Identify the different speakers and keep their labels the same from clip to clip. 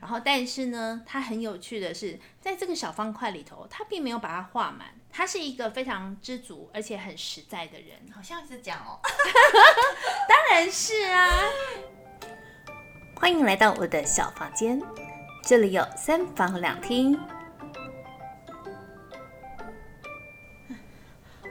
Speaker 1: 然后，但是呢，它很有趣的是，在这个小方块里头，他并没有把它画满，他是一个非常知足而且很实在的人。
Speaker 2: 好像是讲 哦，
Speaker 1: 当然是啊，
Speaker 3: 欢迎来到我的小房间，这里有三房两厅。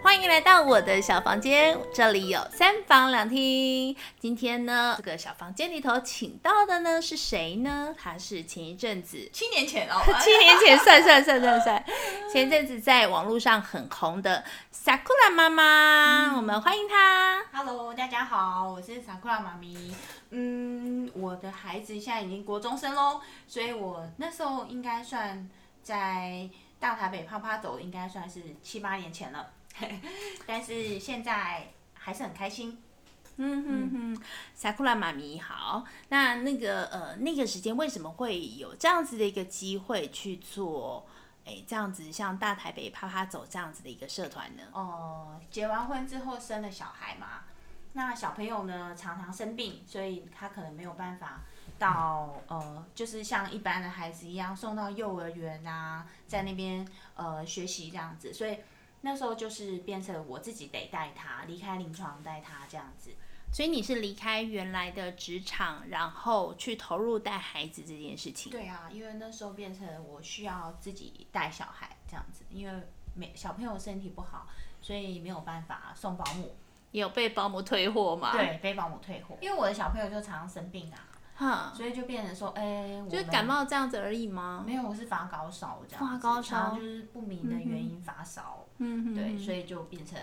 Speaker 3: 欢迎来到我的小房间，这里有三房两厅。今天呢，这个小房间里头请到的呢是谁呢？他是前一阵子
Speaker 2: 七年前哦，
Speaker 3: 七年前算算算算算，前阵子在网络上很红的 Sakura 妈妈，
Speaker 2: 嗯
Speaker 3: 我们欢迎她。
Speaker 2: Hello，大家好，我是 Sakura 妈咪。嗯，我的孩子现在已经国中生喽，所以我那时候应该算在大台北啪啪走，应该算是七八年前了。 但是现在还是很开心。
Speaker 1: 嗯哼哼，Sakura 妈咪好。那那个呃，那个时间为什么会有这样子的一个机会去做？哎，这样子像大台北啪啪走这样子的一个社团呢？
Speaker 2: 哦、结完婚之后生了小孩嘛，那小朋友呢常常生病，所以他可能没有办法到呃，就是像一般的孩子一样送到幼儿园啊，在那边呃学习这样子，所以那时候就是变成我自己得带他离开临床带他这样子。
Speaker 1: 所以你是离开原来的职场，然后去投入带孩子这件事情。
Speaker 2: 对啊，因为那时候变成我需要自己带小孩这样子，因为没小朋友身体不好，所以没有办法送保姆。
Speaker 1: 有被保姆退货吗？，
Speaker 2: 对，被保姆退货，因为我的小朋友就常常生病啊，
Speaker 1: 哈，
Speaker 2: 所以就变成说，哎、我
Speaker 1: 就是
Speaker 2: 们
Speaker 1: 感冒这样子而已吗？
Speaker 2: 没有，我是发高烧这样子，
Speaker 1: 发高烧
Speaker 2: 常常就是不明的原因发烧，
Speaker 1: 嗯哼，
Speaker 2: 对，所以就变成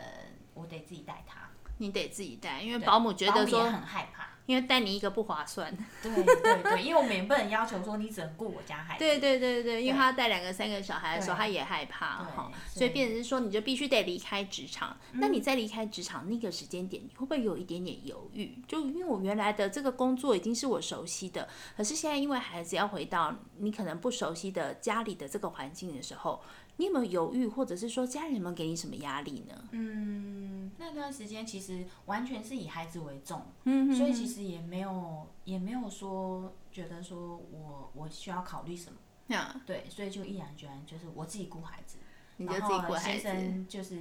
Speaker 2: 我得自己带他。
Speaker 1: 你得自己带，因为
Speaker 2: 对
Speaker 1: 保姆觉
Speaker 2: 保
Speaker 1: 得
Speaker 2: 姆也
Speaker 1: 说，
Speaker 2: 很害怕，
Speaker 1: 因为带你一个不划算。
Speaker 2: 对对对，因为我们也不能要求说你只能顾我家孩子，
Speaker 1: 对对对对，因为他要带两个、三个小孩的时候，
Speaker 2: 对
Speaker 1: 他也害怕
Speaker 2: 对
Speaker 1: 哈，所
Speaker 2: 所以嗯
Speaker 1: 以变成是说，你就必须得离开职场。那你在离开职场那个时间点，你会不会有一点点犹豫？就因为我原来的这个工作已经是我熟悉的，可是现在因为孩子要回到你可能不熟悉的家里的这个环境的时候，你有没有犹豫，或者是说家人有没有给你什么压力呢？
Speaker 2: 嗯，那段时间其实完全是以孩子为重，
Speaker 1: 嗯
Speaker 2: 所以其实也没有也没有说觉得说我我需要考虑什么，
Speaker 1: 那
Speaker 2: 对，所以就毅然决然就是我自己顾孩子，
Speaker 1: 你就
Speaker 2: 然
Speaker 1: 自
Speaker 2: 后
Speaker 1: 己顾孩
Speaker 2: 先
Speaker 1: 子，
Speaker 2: 生就是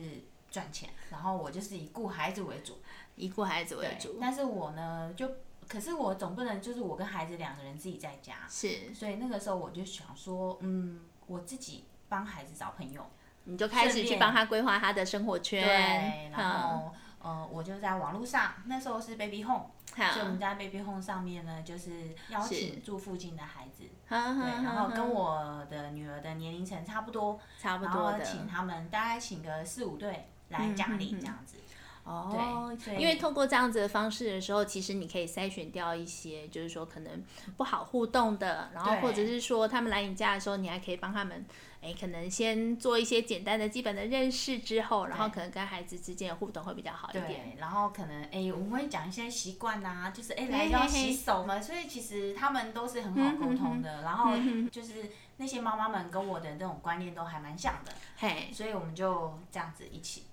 Speaker 2: 赚钱，然后我就是以顾孩子为主。
Speaker 1: 以顾孩子为
Speaker 2: 对，
Speaker 1: 主，
Speaker 2: 但是我呢，就可是我总不能就是我跟孩子两个人自己在家，
Speaker 1: 是
Speaker 2: 所以那个时候我就想说，嗯，我自己帮孩子找朋友，
Speaker 1: 你就开始
Speaker 2: 顺
Speaker 1: 去
Speaker 2: 便
Speaker 1: 帮他规划他的生活圈，
Speaker 2: 对，然
Speaker 1: 嗯
Speaker 2: 后、呃，我就在网络上，那时候是 Baby Home，、
Speaker 1: 好
Speaker 2: 所以我们在 Baby Home 上面呢，就是邀请住附近的孩子，
Speaker 1: 哈
Speaker 2: 对，
Speaker 1: 哈哈
Speaker 2: 然后跟
Speaker 1: 哈
Speaker 2: 我的女儿的年龄层差不多，
Speaker 1: 嗯差不
Speaker 2: 然
Speaker 1: 多
Speaker 2: 后
Speaker 1: 的
Speaker 2: 请他们大概请个四五对来
Speaker 1: 嗯
Speaker 2: 家
Speaker 1: 嗯
Speaker 2: 里
Speaker 1: 嗯
Speaker 2: 这样子，
Speaker 1: 哦
Speaker 2: 对所，以
Speaker 1: 因为透过这样子的方式的时候，其实你可以筛选掉一些，就是说可能不好互动的，然后
Speaker 2: 对
Speaker 1: 或者是说他们来你家的时候，你还可以帮他们，哎，可能先做一些简单的基本的认识之后，然后可能跟孩子之间的互动会比较好一点。
Speaker 2: 对，然后可能哎、我们会讲一些习惯啊，就是哎、来
Speaker 1: 嘿嘿嗯
Speaker 2: 要洗手嘛，所以其实他们都是很好沟通的。然后就是那些妈妈们跟我的那种观念都还蛮像的，
Speaker 1: 嘿，
Speaker 2: 所以我们就这样子一起。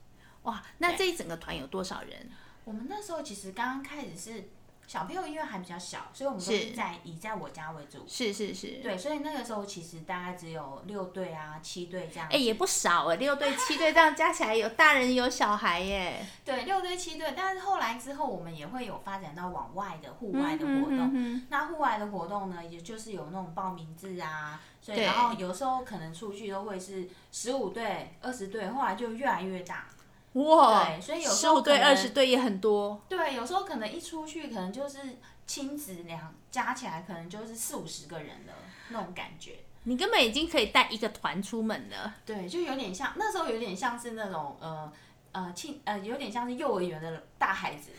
Speaker 1: 哇，那这一整个团有多少人？
Speaker 2: 我们那时候其实刚刚开始是小朋友，因为还比较小，所以我们都
Speaker 1: 是
Speaker 2: 是在以在我家为主。
Speaker 1: 是是是，
Speaker 2: 对，所以那个时候其实大概只有六对啊、七对这样
Speaker 1: 哎、
Speaker 2: 子。
Speaker 1: 也不少哎、六对七对，这样加起来有大人有小孩耶，
Speaker 2: 对，六对七对，但是后来之后我们也会有发展到往外的户外的活
Speaker 1: 嗯
Speaker 2: 动。
Speaker 1: 哼哼
Speaker 2: 那户外的活动呢，也就是有那种报名制啊，所以
Speaker 1: 对
Speaker 2: 然后有时候可能出去都会是十五队、二十队，后来就越来越大。
Speaker 1: 哼哇，
Speaker 2: 对所以有时
Speaker 1: 十
Speaker 2: 候
Speaker 1: 五对
Speaker 2: 可能
Speaker 1: 二十对也很多，
Speaker 2: 对，有时候可能一出去，可能就是亲子两加起来，可能就是四五十个人了那种感觉。
Speaker 1: 你根本已经可以带一个团出门了。
Speaker 2: 对，就有点像那时候有点像是那种呃。呃，亲，呃，有点像是幼儿园的大孩子，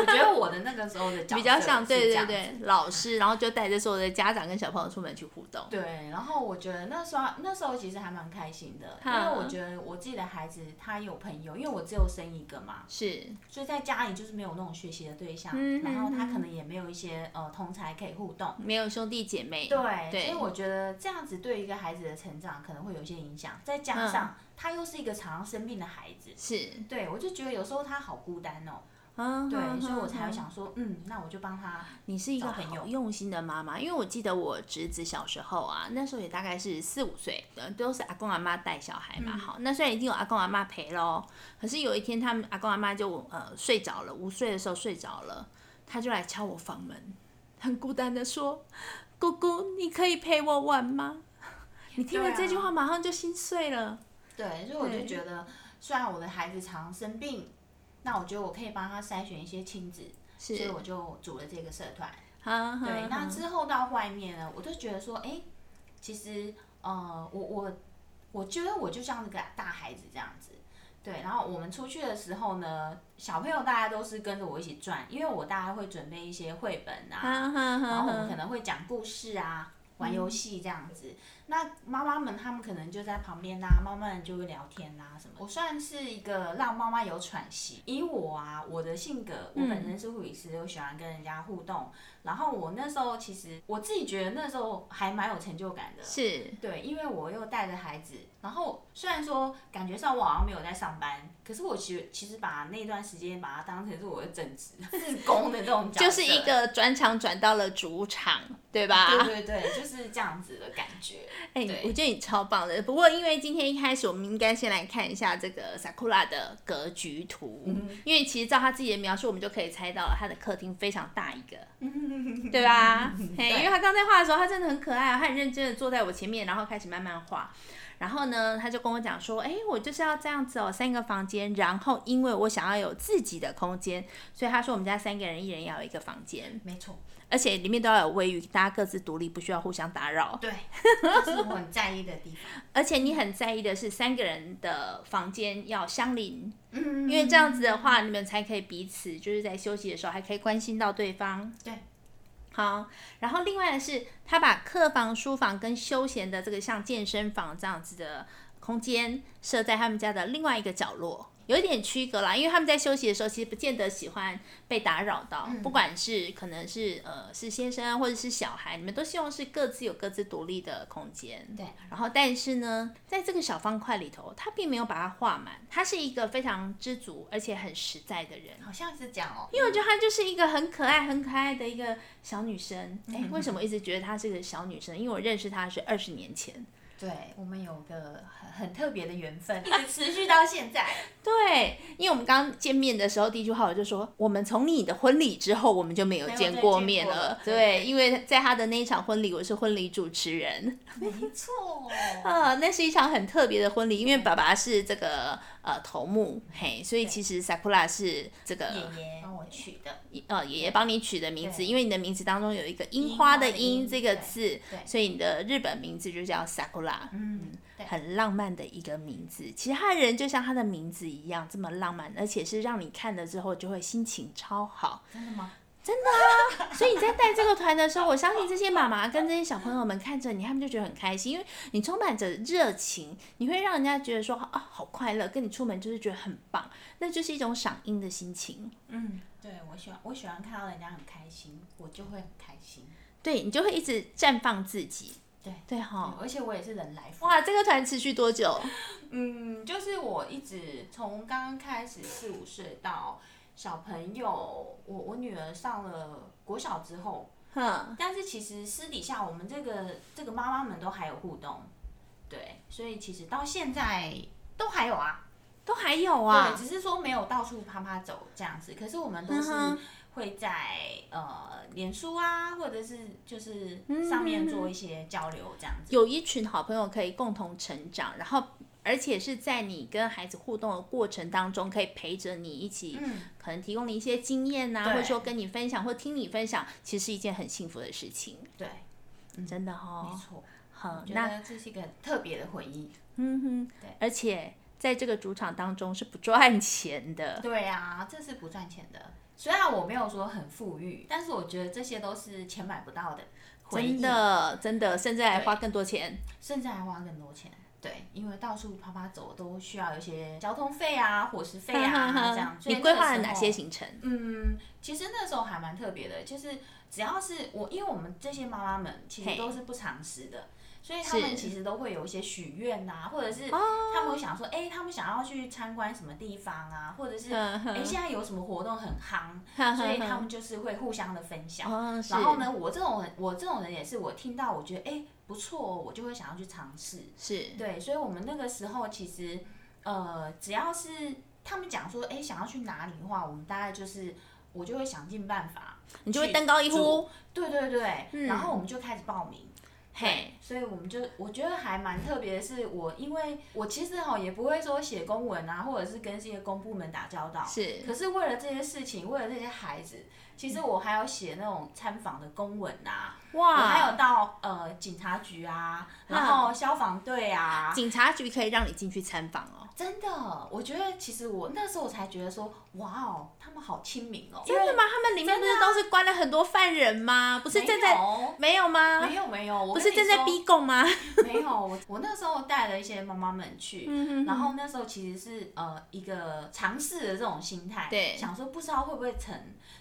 Speaker 2: 我觉得我的那个时候的 角色
Speaker 1: 比较像
Speaker 2: 是
Speaker 1: 对
Speaker 2: 这样
Speaker 1: 对
Speaker 2: 子
Speaker 1: 对，老师，然后就带着所有的家长跟小朋友出门去互动。
Speaker 2: 对，然后我觉得那时候那时候其实还蛮开心的，因
Speaker 1: 哈
Speaker 2: 为我觉得我自己的孩子他有朋友，因为我只有生一个嘛，
Speaker 1: 是，
Speaker 2: 所以在家里就是没有那种学习的对象，
Speaker 1: 嗯
Speaker 2: 然后他
Speaker 1: 嗯嗯
Speaker 2: 可能也没有一些呃同才可以互动。
Speaker 1: 没有兄弟姐妹。
Speaker 2: 对，
Speaker 1: 对
Speaker 2: 所以我觉得这样子对一个孩子的成长可能会有一些影响，再加上他又是一个常常生病的孩子，
Speaker 1: 是
Speaker 2: 对我就觉得有时候他好孤单哦。
Speaker 1: 嗯，
Speaker 2: 对，
Speaker 1: 哼
Speaker 2: 所以我
Speaker 1: 哼
Speaker 2: 才会
Speaker 1: 哼
Speaker 2: 想说，嗯，那我就帮他，
Speaker 1: 你是一个
Speaker 2: 找朋友
Speaker 1: 好用心的妈妈，因为我记得我侄子小时候啊，那时候也大概是四五岁，呃都是阿公阿妈带小孩
Speaker 2: 嗯
Speaker 1: 嘛。好，那虽然已经有阿公阿妈陪咯，可是有一天他们阿公阿妈就呃睡着了，午睡的时候睡着了，他就来敲我房门，很孤单的说：“姑姑，你可以陪我玩 吗？”你听了
Speaker 2: 对啊
Speaker 1: 这句话，马上就心碎了。
Speaker 2: 对，所以我就
Speaker 1: 对
Speaker 2: 觉得，虽然我的孩子常生病，那我觉得我可以帮他筛选一些亲子，所以
Speaker 1: 是，嗯
Speaker 2: 我就组了这个社团。
Speaker 1: 哈哈
Speaker 2: 对，那
Speaker 1: 哈
Speaker 2: 之后到外面呢，我就觉得说，哎，其实呃，我我我觉得我就像个大孩子这样子。对，然后我们出去的时候呢，小朋友大家都是跟着我一起转，因为我大概会准备一些绘本啊，
Speaker 1: 哈哈
Speaker 2: 然
Speaker 1: 哈
Speaker 2: 后我们
Speaker 1: 哈
Speaker 2: 可能会讲故事啊，玩
Speaker 1: 嗯
Speaker 2: 游戏这样子。那妈妈们她们可能就在旁边啦、妈妈们就会聊天啦、什么。我算是一个让妈妈有喘息。以我啊，我的性格，我本
Speaker 1: 嗯
Speaker 2: 身是护理师，我喜欢跟人家互动。然后我那时候其实我自己觉得那时候还蛮有成就感的。
Speaker 1: 是
Speaker 2: 对，因为我又带着孩子，然后虽然说感觉上我好像没有在上班，可是我其实其实把那段时间把它当成是我的正 职、自工的这种角色，
Speaker 1: 就是一个转场转到了主场，对吧？
Speaker 2: 对对对，就是这样子的感觉。
Speaker 1: 哎、
Speaker 2: 对
Speaker 1: 我觉得你超棒的。不过，因为今天一开始，我们应该先来看一下这个 Sakura 的格局图，因为其实照他自己的描述，我们就可以猜到了他的客厅非常大一个，对吧？嘿，因为他刚才画的时候，他真的很可爱啊，他很认真的坐在我前面，然后开始慢慢画。然后呢，他就跟我讲说，哎，我就是要这样子哦，三个房间。然后，因为我想要有自己的空间，所以他说我们家三个人一人要有一个房间，
Speaker 2: 没错，
Speaker 1: 而且里面都要有卫浴，大家各自独立，不需要互相打扰。
Speaker 2: 对，这是我很在意的地方。
Speaker 1: 而且你很在意的是三个人的房间要相邻，
Speaker 2: 嗯
Speaker 1: 因为这样子的话，你们才可以彼此就是在休息的时候还可以关心到对方。
Speaker 2: 对。
Speaker 1: 好，然后另外的是，他把客房、书房跟休闲的这个像健身房这样子的空间设在他们家的另外一个角落，有一点区隔啦。因为他们在休息的时候，其实不见得喜欢被打扰到，
Speaker 2: 嗯
Speaker 1: 不管是可能是呃是先生或者是小孩，你们都希望是各自有各自独立的空间。
Speaker 2: 对，
Speaker 1: 然后但是呢，在这个小方块里头，他并没有把它画满，他是一个非常知足而且很实在的人。
Speaker 2: 好像是这样哦，
Speaker 1: 因为我觉得她就是一个很可爱、很可爱的一个小女生。哎、为什么一直觉得她是个小女生？因为我认识她是二十年前。
Speaker 2: 对我们有个很很特别的缘分，一直持续到现在。
Speaker 1: 对，因为我们刚见面的时候，第一句话我就说，我们从你的婚礼之后，我们就没有
Speaker 2: 没有
Speaker 1: 见
Speaker 2: 再
Speaker 1: 过
Speaker 2: 见
Speaker 1: 面
Speaker 2: 过
Speaker 1: 了
Speaker 2: 了。
Speaker 1: 对，因为在她的那一场婚礼，我是婚礼主持人。
Speaker 2: 没错，
Speaker 1: 呃，那是一场很特别的婚礼，因为爸爸是这个呃头目，嘿，所以其实 Sakura 是这个
Speaker 2: 爷爷帮我取 的，
Speaker 1: 呃爷爷帮你取的名字，
Speaker 2: 对
Speaker 1: 因为你的名字当中有一个樱
Speaker 2: 樱
Speaker 1: 花
Speaker 2: 花
Speaker 1: 的
Speaker 2: 的
Speaker 1: 樱
Speaker 2: 樱
Speaker 1: 这个
Speaker 2: 对
Speaker 1: 字
Speaker 2: 对，
Speaker 1: 所以你的日本名字就叫 Sakura，
Speaker 2: 嗯，对，
Speaker 1: 很浪漫的一个名字。其实他的人就像他的名字一样这么浪漫，而且是让你看了之后就会心情超好。
Speaker 2: 真的 吗？
Speaker 1: 所以你在带这个团的时候，我相信这些妈妈跟这些小朋友们看着你，他们就觉得很开心，因为你充满着热情，你会让人家觉得说啊好快乐，跟你出门就是觉得很棒，那就是一种赏樱的心情。
Speaker 2: 嗯，对我喜欢，我喜欢看到人家很开心，我就会很开心。
Speaker 1: 对你就会一直绽放自己。
Speaker 2: 对
Speaker 1: 对哈、
Speaker 2: 嗯而且我也是人来疯。
Speaker 1: 哦哇，这个团持续多久？
Speaker 2: 嗯，就是我一直从刚刚开始四五岁到小朋友，我我女儿上了国小之后，
Speaker 1: 哼，
Speaker 2: 但是其实私底下我们这个这个妈妈们都还有互动，对，所以其实到现在都还有啊，
Speaker 1: 都还有
Speaker 2: 对，
Speaker 1: 啊。
Speaker 2: 只是说没有到处啪啪走这样子，可是我们都是
Speaker 1: 嗯哼
Speaker 2: 会在、呃脸书啊，或者是就是
Speaker 1: 嗯
Speaker 2: 上面做一些交流这样子，
Speaker 1: 有一群好朋友可以共同成长，然后而且是在你跟孩子互动的过程当中，可以陪着你一起，
Speaker 2: 嗯
Speaker 1: 可能提供你一些经验呐、
Speaker 2: 对
Speaker 1: 或者说跟你分享，或听你分享，其实是一件很幸福的事情，
Speaker 2: 对，
Speaker 1: 真的
Speaker 2: 没
Speaker 1: 哦。
Speaker 2: 错，
Speaker 1: 好
Speaker 2: 我，觉
Speaker 1: 那
Speaker 2: 得这是一个很特别的回忆，
Speaker 1: 嗯哼，
Speaker 2: 对
Speaker 1: 而且在这个主场当中是不赚钱的，
Speaker 2: 对啊，这是不赚钱的。虽然我没有说很富裕，但是我觉得这些都是钱买不到的回忆
Speaker 1: 真的真的，甚至还
Speaker 2: 对
Speaker 1: 花更多钱。
Speaker 2: 甚至还花更多钱。对，因为到处啪啪走都需要一些交通费啊、伙食费 啊这样。所以
Speaker 1: 你规划
Speaker 2: 那
Speaker 1: 了
Speaker 2: 个
Speaker 1: 哪
Speaker 2: 时候
Speaker 1: 些？行程？
Speaker 2: 嗯，其实那时候还蛮特别的，就是只要是我，因为我们这些妈妈们其
Speaker 1: 嘿
Speaker 2: 实都是不常识的，所以他们
Speaker 1: 是哦
Speaker 2: 其实都会有一些许愿呐，或者是他们会想说，哎、他们想要去参观什么地方啊，或者是
Speaker 1: 嗯
Speaker 2: 哎、
Speaker 1: 哼
Speaker 2: 诶现在有什么活动很夯，所以他们就是会互相的分享。
Speaker 1: 哦，是
Speaker 2: 然后呢，我这种人，我这种人也是，我听到我觉得哎、诶不错、哦，我就会想要去尝试。
Speaker 1: 是
Speaker 2: 对，所以我们那个时候其实，呃，只要是他们讲说，哎、想要去哪里的话，我们大概就是我就会想尽办法，
Speaker 1: 你就会登高一呼，
Speaker 2: 对对对，
Speaker 1: 嗯
Speaker 2: 然后我们就开始报名。
Speaker 1: 嘿，
Speaker 2: 所以我们就我觉得还蛮特别的是，我因为我其实哈也不会说写公文啊，或者是跟这些公部门打交道，
Speaker 1: 是
Speaker 2: 可是为了这些事情，为了这些孩子，其实我还有写那种参访的公文啊，我还
Speaker 1: 哇，
Speaker 2: 有到呃警察局啊，
Speaker 1: 嗯
Speaker 2: 然后消防队啊，
Speaker 1: 警察局可以让你进去参访哦，
Speaker 2: 真的，我觉得其实我那时候我才觉得说，哇哦，他们好亲民哦，
Speaker 1: 真的吗？他们里面不是都是关了很多犯人吗？不
Speaker 2: 因
Speaker 1: 是
Speaker 2: 为
Speaker 1: 站
Speaker 2: 没
Speaker 1: 在
Speaker 2: 有
Speaker 1: 没有吗
Speaker 2: 没？有没有，我
Speaker 1: 不
Speaker 2: 跟
Speaker 1: 是
Speaker 2: 你
Speaker 1: 站在
Speaker 2: 说
Speaker 1: 逼供吗？
Speaker 2: 没有，我我那时候带了一些妈妈们去，
Speaker 1: 嗯
Speaker 2: 然后那时候其实是呃一个尝试的这种心态，
Speaker 1: 对
Speaker 2: 想说不知道会不会成，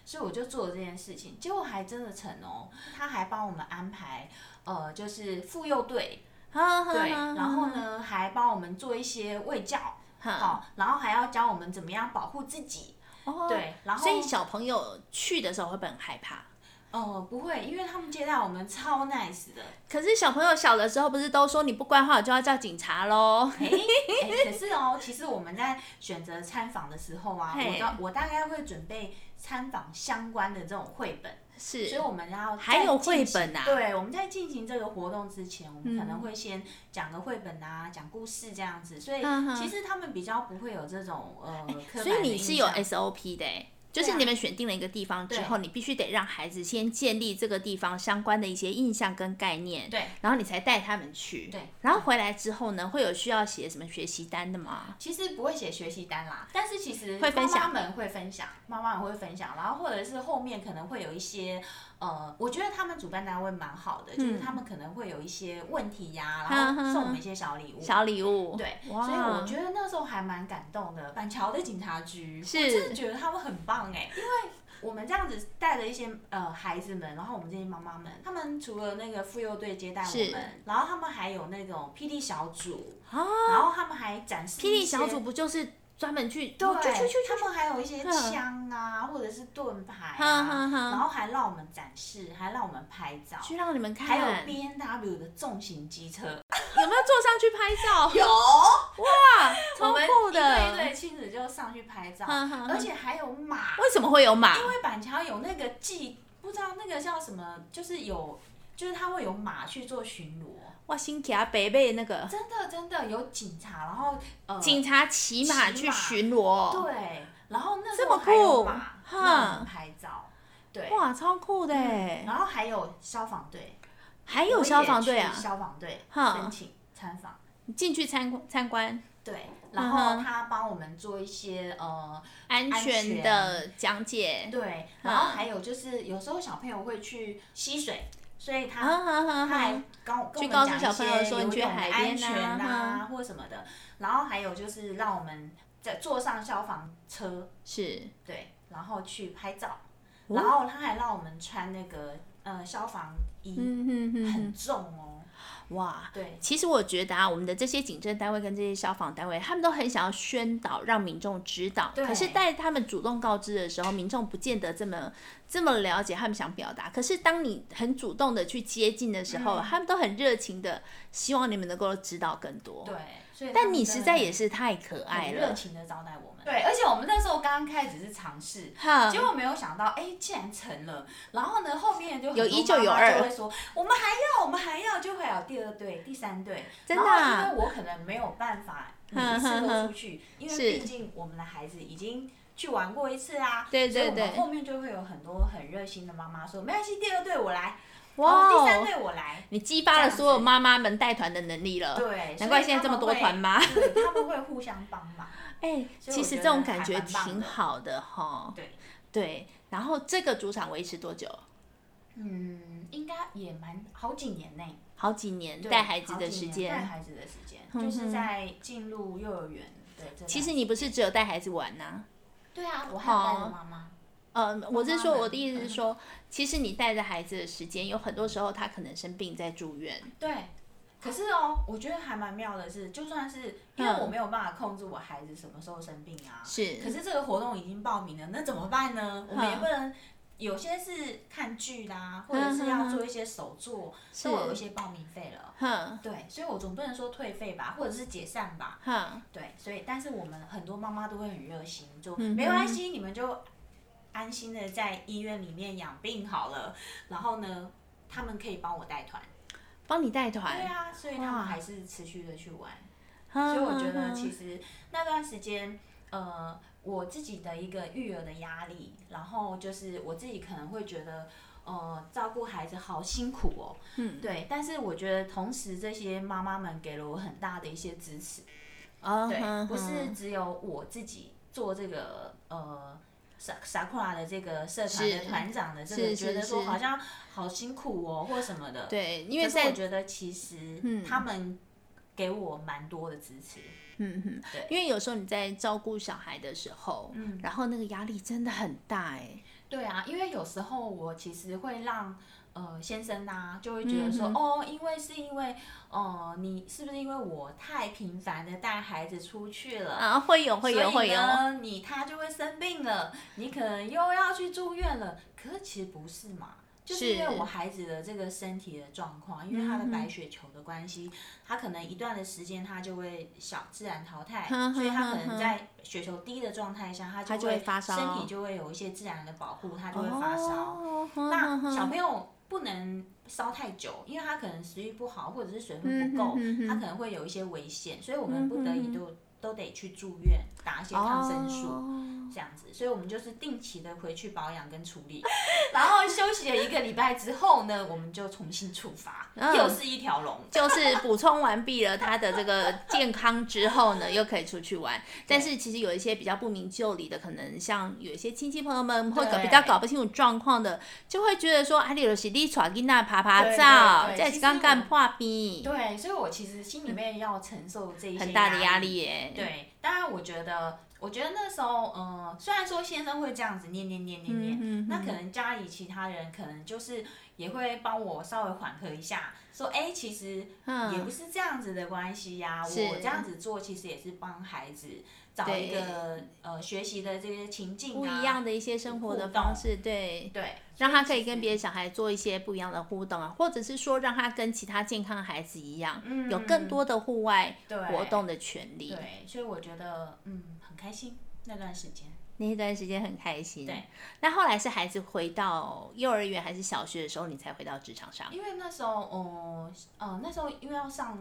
Speaker 2: 所以我就做了这件事情，结果还真的成哦，他还帮我们安排。呃，就是妇幼队，对，
Speaker 1: 对
Speaker 2: 然后？呢，还帮我们做一些卫教，好、然后还要教我们怎么样保护自己，
Speaker 1: 哦，
Speaker 2: 对，然后
Speaker 1: 所以小朋友去的时候会不会很害怕？
Speaker 2: 呃不会，因为他们接待我们超 nice 的，
Speaker 1: 可是小朋友小的时候不是都说你不乖的话我就要叫警察喽？
Speaker 2: 哎、欸可是哦，其实我们在选择参访的时候啊，
Speaker 1: 嘿
Speaker 2: 我大我大概会准备参访相关的这种绘本，所以
Speaker 1: 是，
Speaker 2: 我们要
Speaker 1: 还
Speaker 2: 在
Speaker 1: 有
Speaker 2: 进
Speaker 1: 绘
Speaker 2: 行
Speaker 1: 本啊
Speaker 2: 对，我们在进行这个活动之前，我们可能会先讲个绘本啊，讲故事这样子，所以
Speaker 1: 嗯哼
Speaker 2: 其实他们比较不会有这种呃，刻
Speaker 1: 所以
Speaker 2: 板的
Speaker 1: 你是有
Speaker 2: 印象
Speaker 1: SOP 的、欸。就是
Speaker 2: 对啊
Speaker 1: 你们选定了一个地方之后，你必须得让孩子先建立这个地方相关的一些印象跟概念，
Speaker 2: 对，
Speaker 1: 然后你才带他们去，
Speaker 2: 对
Speaker 1: 然后回来之后呢，会有需要写什么学习单的吗？
Speaker 2: 其实不会写学习单啦，但是其实
Speaker 1: 会分享
Speaker 2: 妈妈们会分享，妈妈们会分享，然后或者是后面可能会有一些呃，我觉得他们主办单位蛮好的，
Speaker 1: 嗯
Speaker 2: 就是他们可能会有一些问题呀、然后送我们一些小礼物。
Speaker 1: 小礼物，
Speaker 2: 对，
Speaker 1: 哇
Speaker 2: 所以我觉得那时候还蛮感动的。板桥的警察局，
Speaker 1: 是
Speaker 2: 我真的觉得他们很棒哎，因为我们这样子带着一些呃孩子们，然后我们这些妈妈们，他们除了那个妇幼队接待我
Speaker 1: 是
Speaker 2: 们，然后他们还有那种霹雳小组，
Speaker 1: 啊，
Speaker 2: 然后他们还展示
Speaker 1: 霹雳
Speaker 2: 一些
Speaker 1: 小组不就是专门去，哦
Speaker 2: 对，
Speaker 1: 去去去，
Speaker 2: 他们还有一些
Speaker 1: 嗯
Speaker 2: 枪啊，或者是盾牌
Speaker 1: 哼
Speaker 2: 啊，
Speaker 1: 哼哼
Speaker 2: 然后还让我们展示，还让我们拍照，
Speaker 1: 去让你们看，
Speaker 2: 还有 B N W 的重型机车，
Speaker 1: 有没有坐上去拍照？
Speaker 2: 有
Speaker 1: 哇，
Speaker 2: 哦 我
Speaker 1: 超
Speaker 2: 们
Speaker 1: 酷
Speaker 2: 一对一
Speaker 1: 的，
Speaker 2: 对亲子就上去拍照，
Speaker 1: 哼哼哼
Speaker 2: 而且还有马，
Speaker 1: 为什么会有马？
Speaker 2: 因为板桥有那个记，不知道那个叫什么，就是有。就是他会有马去做巡逻，
Speaker 1: 哇，新卡北贝那个
Speaker 2: 真的真的有警察，然后呃，
Speaker 1: 警察骑马
Speaker 2: 骑
Speaker 1: 去
Speaker 2: 马
Speaker 1: 巡逻，
Speaker 2: 对，然后那时
Speaker 1: 这
Speaker 2: 候
Speaker 1: 么
Speaker 2: 还
Speaker 1: 酷
Speaker 2: 有马
Speaker 1: 哼
Speaker 2: 让我们拍照，对，
Speaker 1: 哇，超酷的耶！
Speaker 2: 然后还有消防队，
Speaker 1: 还
Speaker 2: 还
Speaker 1: 有消防队啊，
Speaker 2: 消防队
Speaker 1: 哈
Speaker 2: 申请参访，
Speaker 1: 你进去参参观
Speaker 2: 对，然
Speaker 1: 嗯
Speaker 2: 后
Speaker 1: 哼
Speaker 2: 他帮我们做一些呃，
Speaker 1: 安
Speaker 2: 安
Speaker 1: 全
Speaker 2: 全
Speaker 1: 的讲解，
Speaker 2: 对，
Speaker 1: 嗯
Speaker 2: 然后还有就是有时候小朋友会去溪水，所以
Speaker 1: 啊哈
Speaker 2: 他
Speaker 1: 哈哈
Speaker 2: 他还
Speaker 1: 哈，
Speaker 2: 跟我跟
Speaker 1: 去
Speaker 2: 我
Speaker 1: 告
Speaker 2: 们
Speaker 1: 诉
Speaker 2: 讲
Speaker 1: 小
Speaker 2: 一
Speaker 1: 朋友
Speaker 2: 些
Speaker 1: 说
Speaker 2: 游
Speaker 1: 你去
Speaker 2: 泳
Speaker 1: 海
Speaker 2: 安
Speaker 1: 边
Speaker 2: 全
Speaker 1: 啊
Speaker 2: 啊或什么的，然后还有就是让我们在坐上消防车，
Speaker 1: 是
Speaker 2: 对，然后去拍照，
Speaker 1: 哦
Speaker 2: 然后他还让我们穿那个呃消防衣，
Speaker 1: 嗯哼哼
Speaker 2: 很
Speaker 1: 哼，
Speaker 2: 重哦，
Speaker 1: 哇。
Speaker 2: 对，
Speaker 1: 其实我觉得啊，我们的这些警政单位跟这些消防单位，他们都很想要宣导，让民众知道。
Speaker 2: 对
Speaker 1: 可是，在他们主动告知的时候，民众不见得这么这么了解他们想表达。可是，当你很主动的去接近的时候，他们都很热情的，希望你们能够知道更多。
Speaker 2: 对，所以他
Speaker 1: 但
Speaker 2: 们
Speaker 1: 你
Speaker 2: 真
Speaker 1: 实
Speaker 2: 的
Speaker 1: 在
Speaker 2: 很
Speaker 1: 也是太可爱
Speaker 2: 很热
Speaker 1: 了，
Speaker 2: 情的招待我们。对，而且我们那时候刚刚开始是尝试。
Speaker 1: 哈
Speaker 2: 结果没有想到，哎，竟然成了。然后呢，后面就很
Speaker 1: 有
Speaker 2: 多
Speaker 1: 一就有
Speaker 2: 妈妈
Speaker 1: 二
Speaker 2: 就会说我们还要，我们还要，就会有第二队、第三队。
Speaker 1: 真的啊
Speaker 2: 然后因为我可能没有办法每一次都出去，因为
Speaker 1: 是
Speaker 2: 毕竟我们的孩子已经去玩过一次啊。
Speaker 1: 对对
Speaker 2: 所以我
Speaker 1: 对
Speaker 2: 们后面就会有很多很热心的妈妈说，没关系，第二队我来，
Speaker 1: 哇
Speaker 2: 哦第三
Speaker 1: 哦！
Speaker 2: 队我来。
Speaker 1: 你激发了所有妈妈们带团的能力了，
Speaker 2: 对，
Speaker 1: 难怪现在这么多团妈
Speaker 2: 妈。。对，他们会互相帮忙。
Speaker 1: 哎、
Speaker 2: 所以
Speaker 1: 其
Speaker 2: 我
Speaker 1: 实
Speaker 2: 觉
Speaker 1: 这
Speaker 2: 得
Speaker 1: 种感
Speaker 2: 还
Speaker 1: 觉
Speaker 2: 蛮棒
Speaker 1: 挺
Speaker 2: 的
Speaker 1: 好的哈。
Speaker 2: 对。
Speaker 1: 对，然后这个主场维持多久？
Speaker 2: 嗯，应该也蛮好几年内，
Speaker 1: 好几年
Speaker 2: 对
Speaker 1: 带孩子
Speaker 2: 好
Speaker 1: 的
Speaker 2: 几
Speaker 1: 时
Speaker 2: 年带
Speaker 1: 间。
Speaker 2: 孩子的时间，
Speaker 1: 嗯哼
Speaker 2: 就是在进入幼儿园的这段
Speaker 1: 其实你不是只有带孩子玩呐、
Speaker 2: 对啊，我还有带
Speaker 1: 哦
Speaker 2: 着妈妈，
Speaker 1: 呃，我是说，
Speaker 2: 嗯妈妈嗯
Speaker 1: 我的意思是说，其实你带着孩子的时间，有很多时候他可能生病在住院，
Speaker 2: 对，可是哦，我觉得还蛮妙的是，就算是因为
Speaker 1: 嗯
Speaker 2: 我没有办法控制我孩子什么时候生病啊，
Speaker 1: 是
Speaker 2: 可是这个活动已经报名了，那怎么办呢？我们也
Speaker 1: 嗯
Speaker 2: 不能。有些是看剧啦，或者是要做一些手作，
Speaker 1: 是
Speaker 2: 都有一些报名费了。
Speaker 1: 哼
Speaker 2: 对，所以我总不能说退费吧，或者是解散吧。
Speaker 1: 哼，
Speaker 2: 对，所以但是我们很多妈妈都会很热心，就
Speaker 1: 嗯哼
Speaker 2: 没关系，你们就安心的在医院里面养病好了。然后呢，他们可以帮我带团，
Speaker 1: 帮你带
Speaker 2: 对
Speaker 1: 团，
Speaker 2: 啊，所以他
Speaker 1: 哇嗯
Speaker 2: 们还是持续的去玩。
Speaker 1: 所
Speaker 2: 所以我觉得其
Speaker 1: 实
Speaker 2: 实那段时间，呃，我自己的一个育儿的压力，然后就是我自己可能会觉得，呃，照顾孩子好辛苦哦。
Speaker 1: 嗯
Speaker 2: 对，但是我觉得同时这些妈妈们给了我很大的一些支持，对，
Speaker 1: 对
Speaker 2: 不是只有我自己做这个呃。傻傻库拉的这个社团的
Speaker 1: 是
Speaker 2: 团长的这
Speaker 1: 是
Speaker 2: 个，
Speaker 1: 是
Speaker 2: 觉得说
Speaker 1: 是
Speaker 2: 好像好辛苦哦，或什么的。
Speaker 1: 对，因为
Speaker 2: 可是我
Speaker 1: 在
Speaker 2: 觉得其实他们给我蛮多的支持。
Speaker 1: 嗯哼
Speaker 2: 对，
Speaker 1: 因为有时候你在照顾小孩的时候，嗯，然后那个压力真的很大哎，
Speaker 2: 对啊，因为有时候我其实会让呃先生呐、就会觉得说、
Speaker 1: 嗯哼
Speaker 2: 哦，因为是因为呃，你是不是因为我太频繁的带孩子出去了？
Speaker 1: 啊，会有会有
Speaker 2: 所以
Speaker 1: 会有，
Speaker 2: 呢，你他就会生病了，你可能又要去住院了。可是其实不是嘛，就是因为
Speaker 1: 是
Speaker 2: 我孩子的这个身体的状况，因为他的
Speaker 1: 嗯哼
Speaker 2: 白血球的关系，他可能一段的时间他就会小自然淘汰，
Speaker 1: 哼
Speaker 2: 所以他可
Speaker 1: 哼
Speaker 2: 能
Speaker 1: 哼
Speaker 2: 在血球低的状态下，他
Speaker 1: 他就
Speaker 2: 会
Speaker 1: 会发烧
Speaker 2: 身体就会有一些自然的保护，他就会发烧。
Speaker 1: 哦，
Speaker 2: 那
Speaker 1: 哼哼
Speaker 2: 小朋友不能烧太久，因为他可能食欲不好，或者是水分不
Speaker 1: 嗯
Speaker 2: 够，
Speaker 1: 哼哼哼
Speaker 2: 他可能会有一些危险，所以我们不得
Speaker 1: 嗯
Speaker 2: 已
Speaker 1: 哼
Speaker 2: 都、都得去住院打一些抗生素。
Speaker 1: 哦
Speaker 2: 这样子，所以我们就是定期的回去保养跟处理，然后休息了一个礼拜之后呢，我们就重新出发，
Speaker 1: 嗯
Speaker 2: 又是一条龙。
Speaker 1: 就是补充完毕了他的这个健康之后呢，又可以出去玩。但是其实有一些比较不明就里的，可能像有一些亲戚朋友们会搞
Speaker 2: 对
Speaker 1: 比较搞不清楚状况的，就会觉得说，哎、啊，你就是你带囡仔爬爬
Speaker 2: 对
Speaker 1: 照，
Speaker 2: 对对
Speaker 1: 在
Speaker 2: 其实
Speaker 1: 刚干
Speaker 2: 我
Speaker 1: 破冰，
Speaker 2: 对，所以我其实心里面要承受这一些
Speaker 1: 很大的压
Speaker 2: 力
Speaker 1: 力耶。
Speaker 2: 对，啊当然我觉得，我觉得那时候，嗯、虽然说先生会这样子念念念念念，
Speaker 1: 嗯嗯嗯
Speaker 2: 那可能家里其他人可能就是也会帮我稍微缓和一下，说，哎、其实也不
Speaker 1: 嗯，
Speaker 2: 是这样子的关系呀、
Speaker 1: 是
Speaker 2: 我这样子做其实也是帮孩子找一个呃学习的这些情境、啊，
Speaker 1: 不一样的一些生活的
Speaker 2: 互动
Speaker 1: 方式，对。
Speaker 2: 对，
Speaker 1: 让他可以
Speaker 2: 其实
Speaker 1: 跟别的小孩做一些不一样的互动啊，或者是说让他跟其他健康的孩子一样，
Speaker 2: 嗯
Speaker 1: 有更多的户外
Speaker 2: 对
Speaker 1: 活动的权利。
Speaker 2: 对，所以我觉得嗯很开心那段时间。
Speaker 1: 那一段时间很开心。
Speaker 2: 对，
Speaker 1: 那后来是孩子回到幼儿园还是小学的时候，你才回到职场上？
Speaker 2: 因为那时候，哦、呃，那时候因为要上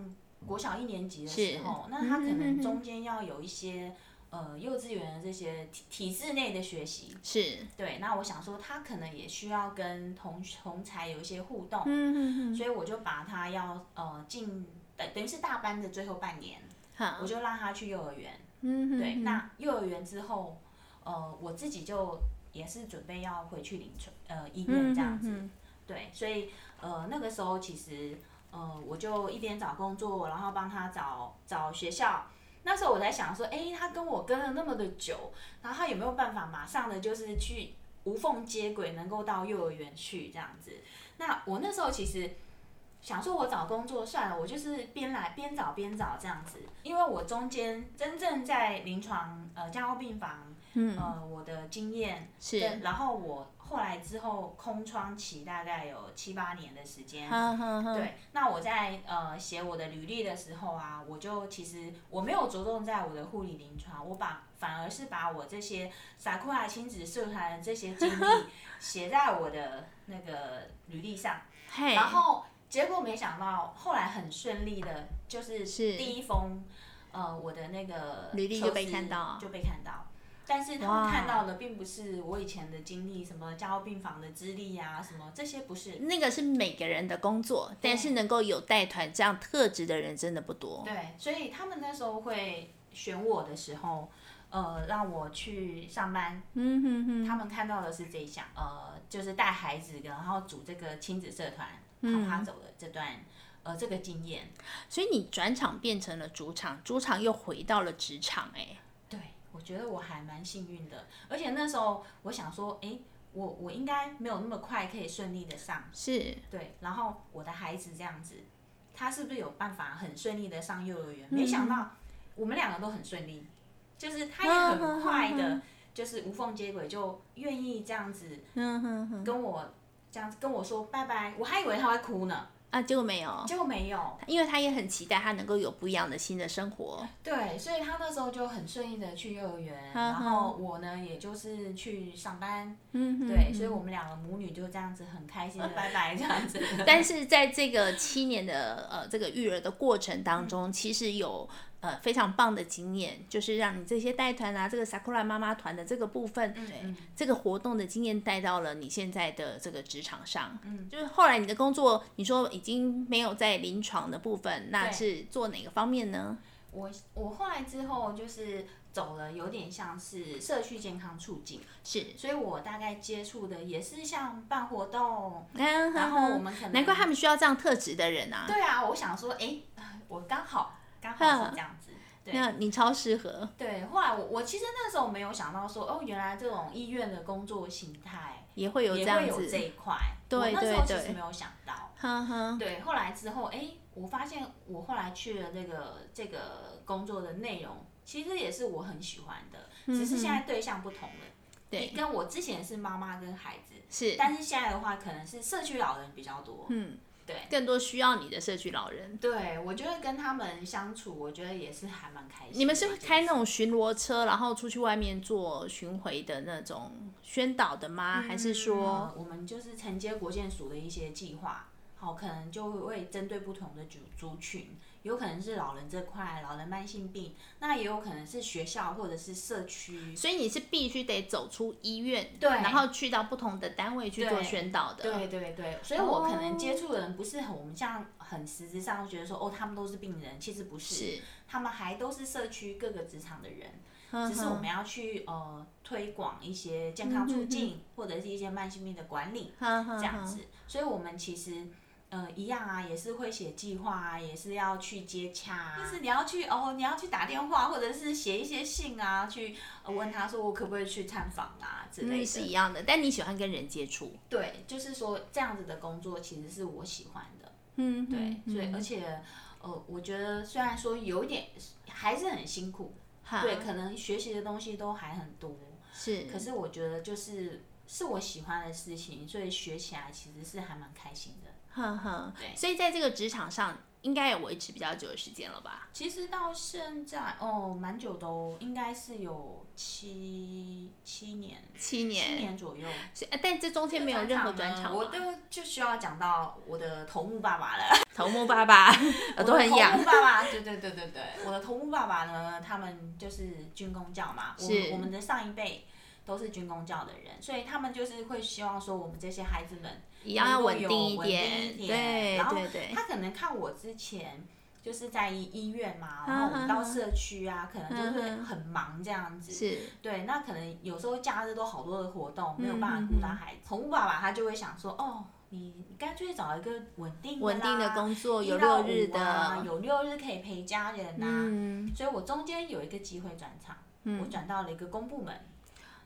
Speaker 2: 国小一年级的时候
Speaker 1: 是，
Speaker 2: 那他可
Speaker 1: 嗯嗯嗯
Speaker 2: 能
Speaker 1: 嗯
Speaker 2: 中间要有一些呃幼稚园的这些体体制内的学习。
Speaker 1: 是，
Speaker 2: 对，那我想说，他可能也需要跟同同才有一些互动，
Speaker 1: 嗯，
Speaker 2: 所以我就把他要呃进等等于是大班的最后半年，
Speaker 1: 好
Speaker 2: 我，就让他去幼儿园。
Speaker 1: 啊嗯，
Speaker 2: 对，那幼儿园之后，呃，我自己就也是准备要回去临床呃医院这样子。
Speaker 1: 嗯
Speaker 2: 对，所以呃那个时候其实呃我就一边找工作，然后帮他找找学校。那时候我在想说，诶，他跟我跟了那么的久，然后他有没有办法马上的就是去无缝接轨，能够到幼儿园去这样子？那我那时候其实想说，我找工作算了，我就是边来边找边找这样子，因为我中间真正在临床呃加护病房，
Speaker 1: 嗯
Speaker 2: 呃我的经验
Speaker 1: 是
Speaker 2: 对，，然后我后来之后空窗期大概有七八年的时间。
Speaker 1: 哈哈哈，
Speaker 2: 对，那我在呃写我的履历的时候啊，我就其实我没有着重在我的护理临床，我把反而是把我这些萨库拉亲子社团的这些经历 写在我的那个履历上，
Speaker 1: 嘿，
Speaker 2: 然后结果没想到后来很顺利的，就是
Speaker 1: 是
Speaker 2: 第一封呃我的那个
Speaker 1: 履历
Speaker 2: 求
Speaker 1: 就被
Speaker 2: 职
Speaker 1: 看到
Speaker 2: 就被看到。但是他
Speaker 1: 哇
Speaker 2: 们看到的并不是我以前的经历，什么加护病房的资历啊，什么这些不是。
Speaker 1: 那个是每个人的工作，但是能够有带团这样特质的人真的不多。
Speaker 2: 对，所以他们那时候会选我的时候，呃，让我去上班，
Speaker 1: 嗯哼哼，
Speaker 2: 他们看到的是这一项，呃，就是带孩子，然后组这个亲子社团，
Speaker 1: 嗯
Speaker 2: 啪啪走的这段，呃，这个经验。
Speaker 1: 所以你转场变成了主场，主场又回到了职场、哎，
Speaker 2: 对，我觉得我还蛮幸运的，而且那时候我想说，诶，我我应该没有那么快可以顺利的上，
Speaker 1: 是，
Speaker 2: 对，然后我的孩子这样子，他是不是有办法很顺利的上幼儿园？没想
Speaker 1: 嗯
Speaker 2: 到我们两个都很顺利，就是他也
Speaker 1: 嗯
Speaker 2: 很快的，就是无缝接轨，就愿意这样子
Speaker 1: 嗯哼哼，
Speaker 2: 跟我这样子跟我说拜拜。我还以为他会哭呢，
Speaker 1: 啊，结果没有，
Speaker 2: 结果没有。
Speaker 1: 因为他也很期待他能够有不一样的新的生活。
Speaker 2: 对，所以他那时候就很顺利的去幼儿园，
Speaker 1: 嗯
Speaker 2: 然后我呢也就是去上班，
Speaker 1: 嗯哼
Speaker 2: 对，所以我们两个母女就这样子很开心的拜嗯拜这样子。
Speaker 1: 但是在这个七年的呃这个育儿的过程当
Speaker 2: 嗯
Speaker 1: 中，其实有呃非常棒的经验，就是让你这些带团啊，这个 Sakura 妈妈团的这个部分，
Speaker 2: 嗯嗯
Speaker 1: 这个活动的经验带到了你现在的这个职场上。嗯，就是后来你的工作，你说已经没有在临床的部分，那是做哪个方面呢？
Speaker 2: 我嗯我后来之后就是走了，有点像是社区健康促进，
Speaker 1: 是，
Speaker 2: 所以我大概接触的也是像办活动，
Speaker 1: 嗯
Speaker 2: 然后我们可能
Speaker 1: 难怪他们需要这样特质的人啊。
Speaker 2: 对啊，我想说，哎，我刚好刚好是这样子。对
Speaker 1: 那你超适合，
Speaker 2: 对，后来我我其实那时候没有想到说，哦，原来这种医院的工作形态
Speaker 1: 也会有这
Speaker 2: 也
Speaker 1: 样
Speaker 2: 会有
Speaker 1: 子，
Speaker 2: 这一块，
Speaker 1: 对
Speaker 2: 我那时候
Speaker 1: 对
Speaker 2: 其实
Speaker 1: 对
Speaker 2: 没有想到。
Speaker 1: 哈哈，
Speaker 2: 对，后来之后，哎，我发现我后来去了这个这个工作的内容，其实也是我很喜欢的，只是现在对象不同了。
Speaker 1: 嗯对，
Speaker 2: 跟我之前是妈妈跟孩子，
Speaker 1: 是，
Speaker 2: 但是现在的话，可能是社区老人比较多。
Speaker 1: 嗯，
Speaker 2: 对
Speaker 1: 更多需要你的社区老人。
Speaker 2: 对，我觉得跟他们相处，我觉得也是还蛮开心的。
Speaker 1: 你们是
Speaker 2: 我
Speaker 1: 会
Speaker 2: 觉得
Speaker 1: 开那种巡逻车，然后出去外面做巡回的那种宣导的吗？啊还是说，
Speaker 2: 呃我们就是承接国建署的一些计划，好，可能就会针对不同的族族群，有可能是老人这块，老人慢性病，那也有可能是学校或者是社区。
Speaker 1: 所以你是必须得走出医院，
Speaker 2: 对
Speaker 1: 然后去到不同的单位去做
Speaker 2: 对
Speaker 1: 宣导的。
Speaker 2: 对对对，所以我可能接触的人不是很，我们像很实质上觉得说，哦，他们都是病人，其实不是，
Speaker 1: 是，
Speaker 2: 他们还都是社区各个职场的人，
Speaker 1: 呵
Speaker 2: 只是我们
Speaker 1: 呵
Speaker 2: 要去呃推广一些健康
Speaker 1: 嗯
Speaker 2: 促进、或者是一些慢性病的管理
Speaker 1: 呵呵
Speaker 2: 这样
Speaker 1: 呵
Speaker 2: 子，所以我们其实。呃，一样啊，也是会写计划啊，也是要去接洽、啊，就是你要去哦，你要去打电话，或者是写一些信啊，去、呃问他说我可不可以去探访啊之类
Speaker 1: 嗯，
Speaker 2: 的。
Speaker 1: 是一样的。但你喜欢跟人接触，
Speaker 2: 对，就是说这样子的工作其实是我喜欢的。
Speaker 1: 嗯，
Speaker 2: 对，所以而
Speaker 1: 且
Speaker 2: 且呃，我觉得虽然说有一点还是很辛苦，对，可能学习的东西都还很多，
Speaker 1: 是，
Speaker 2: 可是我觉得就是是我喜欢的事情，所以学起来其实是还蛮开心的。
Speaker 1: 呵呵。
Speaker 2: 对
Speaker 1: 所以在这个职场上，应该也维持比较久的时间了吧？
Speaker 2: 其实到现在哦，蛮久的哦，应该是有七七年，
Speaker 1: 七
Speaker 2: 七
Speaker 1: 年，
Speaker 2: 年左右。
Speaker 1: 所以啊但这中间没有任何转场吗，
Speaker 2: 我就就需要讲到我的头目爸爸了。
Speaker 1: 头目爸爸耳朵很
Speaker 2: 我
Speaker 1: 痒
Speaker 2: 的头目爸爸， 对对对对对，我的头目爸爸呢，他们就是军工教嘛，我
Speaker 1: 是
Speaker 2: 们我们的上一辈都是军工教的人，所以他们就是会希望说我们这些孩子们
Speaker 1: 一样要
Speaker 2: 能够
Speaker 1: 稳
Speaker 2: 有
Speaker 1: 定一
Speaker 2: 稳
Speaker 1: 点，
Speaker 2: 定一
Speaker 1: 对
Speaker 2: 然后
Speaker 1: 对对，
Speaker 2: 他可能看我之前。就是在医院嘛，
Speaker 1: 嗯
Speaker 2: 然后我们到
Speaker 1: 嗯嗯
Speaker 2: 社区啊，可能就是
Speaker 1: 嗯嗯
Speaker 2: 很忙这样子。
Speaker 1: 是
Speaker 2: 对，那可能有时候假日都好多的活动，没有办
Speaker 1: 嗯
Speaker 2: 法顾到孩子。宠物爸爸他就会想说，哦，你你干脆找一个稳定
Speaker 1: 稳定的
Speaker 2: 啦
Speaker 1: 工作，
Speaker 2: 一
Speaker 1: 有
Speaker 2: 到
Speaker 1: 六日
Speaker 2: 五
Speaker 1: 的，
Speaker 2: 啊有六日可以陪家人呐、
Speaker 1: 嗯，
Speaker 2: 所以我中间有一个机会转场，
Speaker 1: 嗯
Speaker 2: 我转到了一个公部门，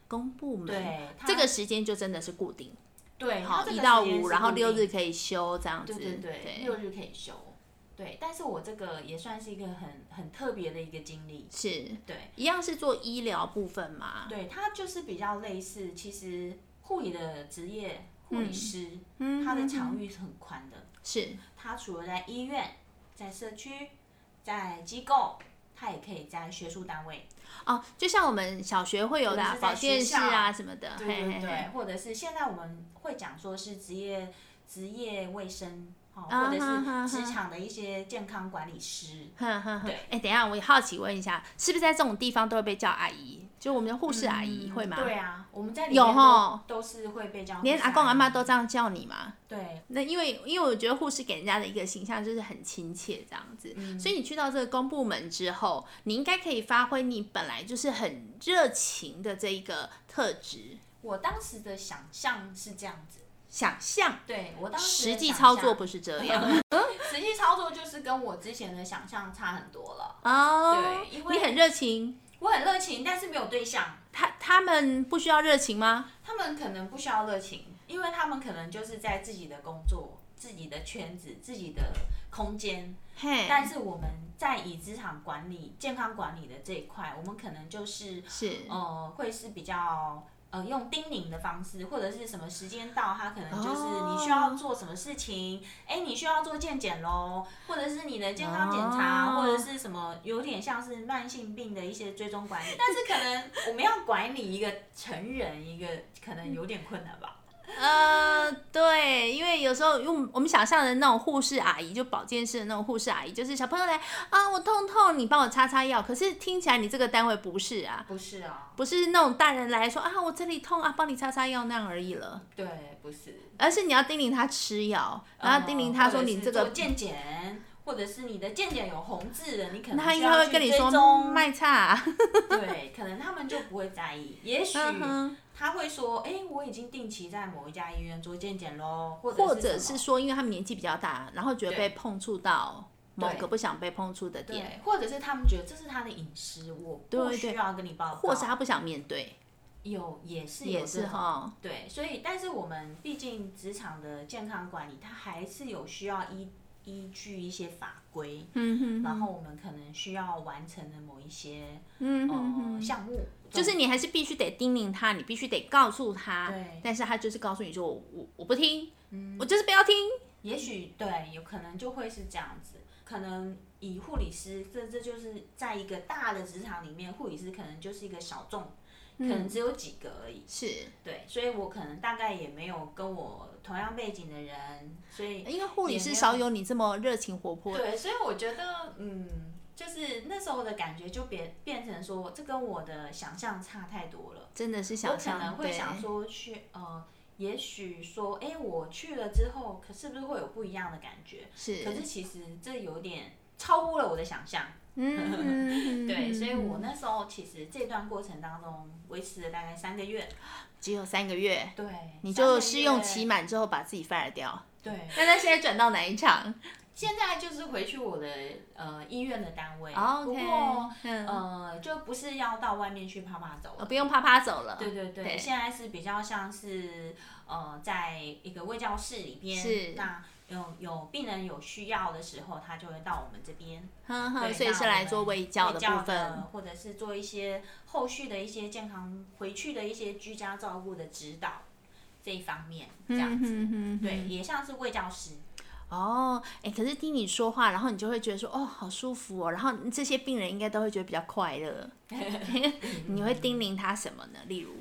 Speaker 1: 公部门，
Speaker 2: 对，它
Speaker 1: 这个时间就真的是固定，
Speaker 2: 对，它
Speaker 1: 好
Speaker 2: 这个
Speaker 1: 一到
Speaker 2: 时间
Speaker 1: 五，
Speaker 2: 是
Speaker 1: 然后
Speaker 2: 固
Speaker 1: 六
Speaker 2: 定
Speaker 1: 日，可以休这样子，
Speaker 2: 对对对，六日可以休，对，但是我这个也算是一个很很特别的一个经历，
Speaker 1: 是
Speaker 2: 对
Speaker 1: 一样是做医疗部分嘛，
Speaker 2: 对，它就是比较类似，其实护理的职业，护理师，
Speaker 1: 嗯
Speaker 2: 它的
Speaker 1: 嗯
Speaker 2: 场域是很宽的，
Speaker 1: 是
Speaker 2: 它除了在医院，在社区，在机构，它也可以在学术单位。
Speaker 1: 哦，就像我们小学会有
Speaker 2: 或
Speaker 1: 的
Speaker 2: 者
Speaker 1: 啊
Speaker 2: 是在
Speaker 1: 保健室
Speaker 2: 学校
Speaker 1: 啊什么的，
Speaker 2: 对对
Speaker 1: 嘿嘿
Speaker 2: 对
Speaker 1: 嘿，
Speaker 2: 或者是现在我们会讲说是职业职业卫生，哦，
Speaker 1: 啊
Speaker 2: 或者
Speaker 1: 哈哈哈
Speaker 2: 是职场的一些健康管理师。
Speaker 1: 哼哼哼
Speaker 2: 对，
Speaker 1: 哎，等一下，我也好奇问一下，是不是在这种地方都会被叫阿姨？就我们的护士阿姨会吗？
Speaker 2: 对啊，我们在里
Speaker 1: 有
Speaker 2: 面
Speaker 1: 吼
Speaker 2: 都都是会被这样，
Speaker 1: 连阿公阿妈都这样叫你吗？
Speaker 2: 对，
Speaker 1: 那因为因为我觉得护士给人家的一个形象就是很亲切这样子，
Speaker 2: 嗯
Speaker 1: 所以你去到这个公部门之后，你应该可以发挥你本来就是很热情的这一个特质。
Speaker 2: 我当时的想象是这样子，
Speaker 1: 想象
Speaker 2: 对我当时的
Speaker 1: 实际
Speaker 2: 想
Speaker 1: 操作
Speaker 2: 象
Speaker 1: 不是这样
Speaker 2: 实际操作就是跟我之前的想象差很多了。
Speaker 1: 哦
Speaker 2: 对因，为
Speaker 1: 你很热情，
Speaker 2: 我很热情，但是没有对象，
Speaker 1: 他他们不需要热情吗？
Speaker 2: 他们可能不需要热情，因为他们可能就是在自己的工作，自己的圈子、自己的空间。
Speaker 1: 嘿，
Speaker 2: 但是我们在以职场管理、健康管理的这一块，我们可能就是
Speaker 1: 是
Speaker 2: 呃，会是比较呃用叮咛的方式，或者是什么时间到，他可能就是
Speaker 1: 哦
Speaker 2: 你需要做什么事情，哎、你需要做健检喽，或者是你的健康检查，
Speaker 1: 哦
Speaker 2: 或者是什么，有点像是慢性病的一些追 踪管理。但是可能我们要管理一个成人，一个可能有点困难吧。
Speaker 1: 呃，对，因为有时候用我们想象的那种护士阿姨，就保健室的那种护士阿姨，就是小朋友来啊，我痛痛，你帮我擦擦药。可是听起来你这个单位不是啊，
Speaker 2: 不是啊、
Speaker 1: 不是那种大人来说啊，我这里痛啊，帮你擦擦药那样而已了，
Speaker 2: 对，不是。
Speaker 1: 而
Speaker 2: 呃
Speaker 1: 是你要叮咛他吃药，然后叮咛他说你这
Speaker 2: 或者是
Speaker 1: 个
Speaker 2: 做，健检，或者是你的健检有红字的，你可能
Speaker 1: 那他
Speaker 2: 需
Speaker 1: 应
Speaker 2: 要
Speaker 1: 该会
Speaker 2: 去
Speaker 1: 跟你
Speaker 2: 追
Speaker 1: 说
Speaker 2: 踪
Speaker 1: 卖差、
Speaker 2: 对，可能他们就不会在意。也许
Speaker 1: 嗯哼，
Speaker 2: 他会说：“哎、我已经定期在某一家医院做健检喽。”或者
Speaker 1: 或
Speaker 2: 是
Speaker 1: 者
Speaker 2: 什
Speaker 1: 是
Speaker 2: 么
Speaker 1: 说，因为他们年纪比较大，然后觉得
Speaker 2: 对
Speaker 1: 被碰触到某
Speaker 2: 对
Speaker 1: 个不想被碰触的点，
Speaker 2: 对，或者是他们觉得这是他的隐私，我不
Speaker 1: 对
Speaker 2: 需
Speaker 1: 对
Speaker 2: 要跟你报告。
Speaker 1: 或是他不想面对，
Speaker 2: 有也是有
Speaker 1: 也
Speaker 2: 这
Speaker 1: 是
Speaker 2: 种
Speaker 1: 哈，
Speaker 2: 对，所以但是我们毕竟职场的健康管理，它还是有需要依依据一些法规，
Speaker 1: 嗯哼，
Speaker 2: 然后我们可能需要完成的某一些
Speaker 1: 嗯哼哼。
Speaker 2: 呃项目，
Speaker 1: 就是你还是必须得叮咛他，你必须得告诉他
Speaker 2: 对，嗯
Speaker 1: 但是他就是告诉你说我我我不听，我就是不要听，
Speaker 2: 也许对，有可能就会是这样子。可能以护理师，这这就是在一个大的职场里面，护理师可能就是一个小众，可
Speaker 1: 嗯
Speaker 2: 能只有几个而已。
Speaker 1: 是
Speaker 2: 对，所以我可能大概也没有跟我同样背景的人，所以
Speaker 1: 因为护理
Speaker 2: 也
Speaker 1: 师
Speaker 2: 没有
Speaker 1: 少有你这么热情活泼，
Speaker 2: 对，所以我觉得，嗯，就是那时候的感觉就变变成说，这跟我的想象差太多了。
Speaker 1: 真的是想
Speaker 2: 我可能
Speaker 1: 象
Speaker 2: 会
Speaker 1: 对，
Speaker 2: 想说去呃，也许说，哎、我去了之后，可是不是会有不一样的感觉？可
Speaker 1: 是，
Speaker 2: 是其实这有点超乎了我的想象，
Speaker 1: 嗯
Speaker 2: 对，所以我
Speaker 1: 呢
Speaker 2: 那时候其实这段过程当中维持了大概三个月，
Speaker 1: 只有三个月，
Speaker 2: 对，
Speaker 1: 你
Speaker 2: 三
Speaker 1: 就
Speaker 2: 个
Speaker 1: 试用
Speaker 2: 月
Speaker 1: 期，满之后把自己 fire 掉。
Speaker 2: 对，
Speaker 1: 那他现在转到哪一场？
Speaker 2: 现在就是回去我的呃医院的单位
Speaker 1: 哦
Speaker 2: 不
Speaker 1: ，OK，
Speaker 2: 过
Speaker 1: 嗯
Speaker 2: 呃就不是要到外面去啪啪走
Speaker 1: 哦
Speaker 2: 了。
Speaker 1: 不用啪啪走了。
Speaker 2: 对对对，
Speaker 1: 对
Speaker 2: 现在是比较像是呃，在一个卫教室里边，
Speaker 1: 是
Speaker 2: 那有有病人有需要的时候，他就会到我们这边，
Speaker 1: 哼哼，
Speaker 2: 对
Speaker 1: 所以是来做卫教的部，
Speaker 2: 那我们
Speaker 1: 分
Speaker 2: 卫。或者是做一些后续的一些健康回去的一些居家照顾的指导这一方面，这样子，
Speaker 1: 嗯哼
Speaker 2: 对，也像是卫教师，
Speaker 1: 哦，哎，可是听你说话，然后你就会觉得说，哦，好舒服哦。然后这些病人应该都会觉得比较快 乐。你会叮咛他什么呢？例如，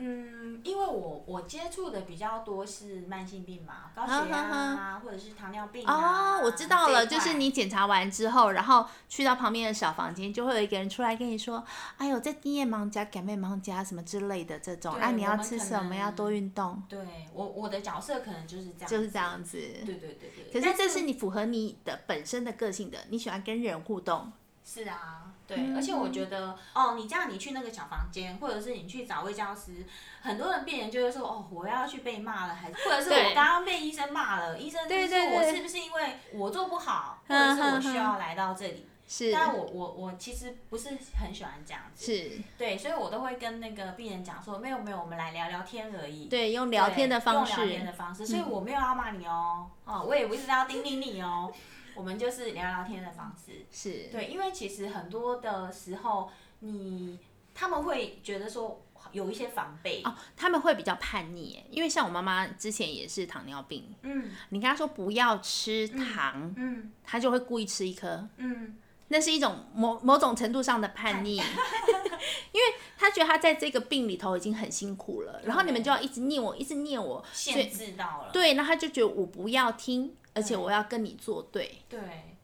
Speaker 2: 嗯，因为我我接触的比较多是慢性病嘛，高血压啊，或者是糖尿病啊
Speaker 1: 嗯哦，我知道了，
Speaker 2: 这一
Speaker 1: 就
Speaker 2: 块
Speaker 1: 是你检查完之后，然后去到旁边的小房间，就会有一个人出来跟你说，哎呦，在低夜忙加、感冒忙加什么之类的这种，
Speaker 2: 对
Speaker 1: 啊，你
Speaker 2: 我
Speaker 1: 要
Speaker 2: 们
Speaker 1: 吃
Speaker 2: 可
Speaker 1: 什么？
Speaker 2: 能
Speaker 1: 要多运动，
Speaker 2: 对我我的角色可能就是这样，
Speaker 1: 就是这，样子。
Speaker 2: 对对对对。
Speaker 1: 可
Speaker 2: 但
Speaker 1: 是这是你符合你的本身的个性的，你喜欢跟人互动，
Speaker 2: 是啊，对，
Speaker 1: 嗯
Speaker 2: 而且我觉得，哦，你这样你去那个小房间，或者是你去找卫教师，很多人病人就会说，哦，我要去被骂了，还是或者是
Speaker 1: 对
Speaker 2: 我刚刚被医生骂了，医生就
Speaker 1: 对
Speaker 2: 是
Speaker 1: 对
Speaker 2: 说我
Speaker 1: 对
Speaker 2: 是不是因为我做不好，或
Speaker 1: 嗯
Speaker 2: 者是我
Speaker 1: 哼
Speaker 2: 需
Speaker 1: 哼
Speaker 2: 要来到这里？
Speaker 1: 是
Speaker 2: 但我我我其实不是很喜欢这样子，
Speaker 1: 是，
Speaker 2: 对，所以我都会跟那个病人讲说，没有没有，我们来聊聊天而已。
Speaker 1: 对，用
Speaker 2: 对，
Speaker 1: 聊天的方
Speaker 2: 用聊天
Speaker 1: 式嗯
Speaker 2: 的，方式，所以我没有要骂你哦，哦，我也不是要叮咛你哦，我们就是聊聊天的方式。
Speaker 1: 是
Speaker 2: 对，因为其实很多的时候，你他们会觉得说有一些防备，
Speaker 1: 哦，他们会比较叛逆耶，因为像我妈妈之前也是糖尿病，
Speaker 2: 嗯
Speaker 1: 你跟她说不要吃糖，
Speaker 2: 嗯
Speaker 1: 她就会故意吃一颗，
Speaker 2: 嗯，
Speaker 1: 那是一种某某种程度上的叛 逆，因为她觉得她在这个病里头已经很辛苦了，然后你们就要一直念我，一直念我，所
Speaker 2: 限
Speaker 1: 以
Speaker 2: 制到了，
Speaker 1: 对，那她就觉得我不要听，而且
Speaker 2: 对
Speaker 1: 我要跟你作对，
Speaker 2: 对，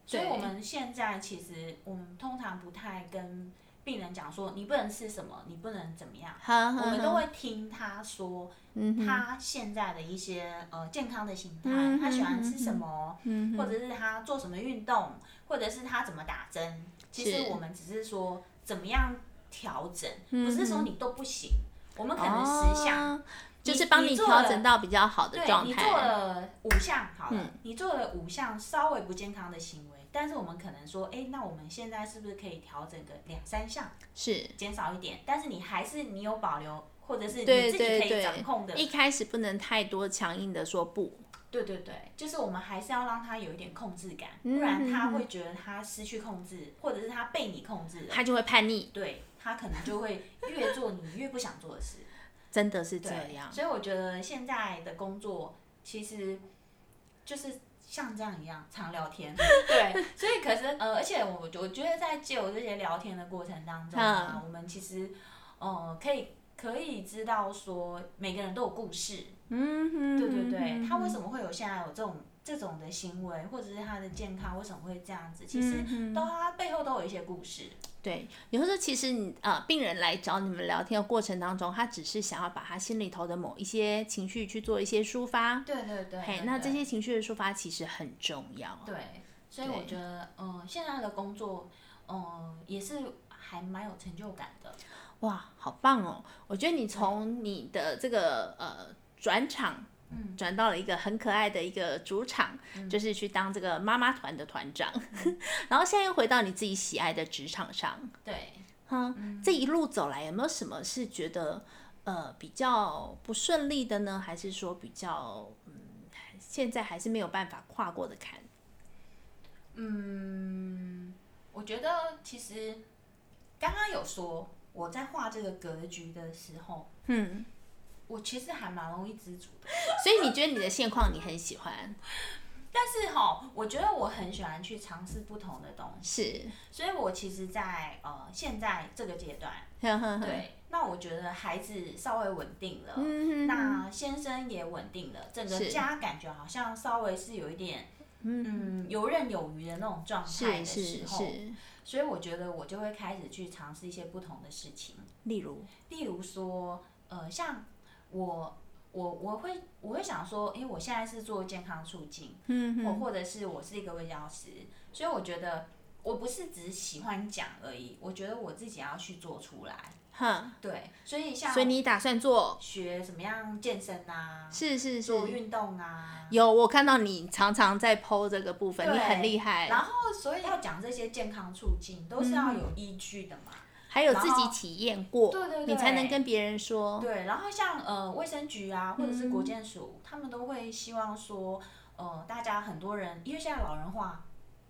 Speaker 2: 所以
Speaker 1: 对
Speaker 2: 我们现在其实我们通常不太跟病人讲说你不能吃什么，你不能怎么样，
Speaker 1: 我
Speaker 2: 我们都会听他说
Speaker 1: 嗯哼
Speaker 2: 他现在的一些呃健康的形态，
Speaker 1: 嗯
Speaker 2: 他喜欢吃
Speaker 1: 嗯
Speaker 2: 什么，
Speaker 1: 嗯哼
Speaker 2: 或者是他做什么运动，或者是他怎么打针。其实
Speaker 1: 是
Speaker 2: 我们只是说怎么样调整，
Speaker 1: 嗯
Speaker 2: 不是说你都不行，我们可能十项。
Speaker 1: 哦就是帮
Speaker 2: 你
Speaker 1: 你
Speaker 2: 做
Speaker 1: 调
Speaker 2: 了
Speaker 1: 整到比较好的
Speaker 2: 对
Speaker 1: 状
Speaker 2: 你
Speaker 1: 态。
Speaker 2: 做了五项好了，
Speaker 1: 嗯
Speaker 2: 你做了五项稍微不健康的行为，但是我们可能说，哎，那我们现在是不是可以调整个两三项，
Speaker 1: 是，
Speaker 2: 减少一点？但是你还是你有保留，或者是你
Speaker 1: 对
Speaker 2: 自己
Speaker 1: 对
Speaker 2: 可以
Speaker 1: 对
Speaker 2: 掌控的，
Speaker 1: 一开始不能太多强硬的说不，
Speaker 2: 对对对，就是我们还是要让他有一点控制感，
Speaker 1: 嗯
Speaker 2: 不然他会觉得他失去控制，或者是他被你控制了，
Speaker 1: 他就会叛逆，
Speaker 2: 对他可能就会越做你越不想做的事。
Speaker 1: 真的是这
Speaker 2: 对，
Speaker 1: 样。
Speaker 2: 所以我觉得现在的工作其实就是像这样一样常聊 天，对，所以可是呃，而且我我觉得在借由这些聊天的过程当中啊，
Speaker 1: 嗯
Speaker 2: 我们其实呃可以可以知道说每个人都有故事，
Speaker 1: 嗯哼，
Speaker 2: 对对对，他为
Speaker 1: 么？
Speaker 2: 什么会有现在有这种这种的行为，或者是他的健康为什么会这样子，其实
Speaker 1: 嗯
Speaker 2: 都他背后都有一些故事，
Speaker 1: 对，有时候其实你呃，病人来找你们聊天的过程当中，他只是想要把他心里头的某一些情绪去做一些抒发。
Speaker 2: 对对对，
Speaker 1: 嘿，
Speaker 2: 对
Speaker 1: 那
Speaker 2: 对
Speaker 1: 这些情绪的抒发其实很重要。
Speaker 2: 对，所以我觉得，嗯、现在的工作，嗯、也是还蛮有成就感的。
Speaker 1: 哇，好棒哦！我觉得你从你的这个呃转场。
Speaker 2: 嗯
Speaker 1: 转到了一个很可爱的一个主场，就是去当这个妈妈团的团长，
Speaker 2: 嗯
Speaker 1: 然后现在又回到你自己喜爱的职场上，
Speaker 2: 对，
Speaker 1: 嗯，这一路走来有没有什么是觉得呃比较不顺利的呢？还是说比较嗯现在还是没有办法跨过的坎？
Speaker 2: 我觉得其实刚刚有说我在画这个格局的时候，
Speaker 1: 嗯，
Speaker 2: 我其实还蛮容易知足的。
Speaker 1: 所以你觉得你的现况你很喜欢？
Speaker 2: 但是哈，我觉得我很喜欢去尝试不同的东西，
Speaker 1: 是，
Speaker 2: 所以我其实在呃现在这个阶段，
Speaker 1: 呵呵呵，
Speaker 2: 对，那我觉得孩子稍微稳定了，
Speaker 1: 嗯
Speaker 2: 那先生也稳定了，整个
Speaker 1: 是
Speaker 2: 家感觉好像稍微是有一点，嗯，游刃有余的那种状态
Speaker 1: 是
Speaker 2: 的时
Speaker 1: 是
Speaker 2: 候，
Speaker 1: 是，
Speaker 2: 所以我觉得我就会开始去尝试一些不同的事情，
Speaker 1: 例如，
Speaker 2: 例如说，呃，像我。我我会我会想说，因为我现在是做健康促进，
Speaker 1: 嗯
Speaker 2: 或或者是我是一个微教师，所以我觉得我不是只喜欢讲而已，我觉得我自己要去做出来。
Speaker 1: 哼，
Speaker 2: 对，所以像
Speaker 1: 所以你打算做？
Speaker 2: 学怎么样健身啊，
Speaker 1: 是是是，
Speaker 2: 做运动啊，
Speaker 1: 有我看到你常常在剖这个部分，你
Speaker 2: 对
Speaker 1: 很厉害，
Speaker 2: 然后所以要讲这些健康促进都是要有依据的嘛。
Speaker 1: 还有自己
Speaker 2: 然后
Speaker 1: 体验过，
Speaker 2: 对对
Speaker 1: 你才
Speaker 2: 对
Speaker 1: 能跟嗯别人说。
Speaker 2: 对，然后像呃卫生局啊，或者是国健署，他们都会希望说，呃，大家很多人因为现在老人化，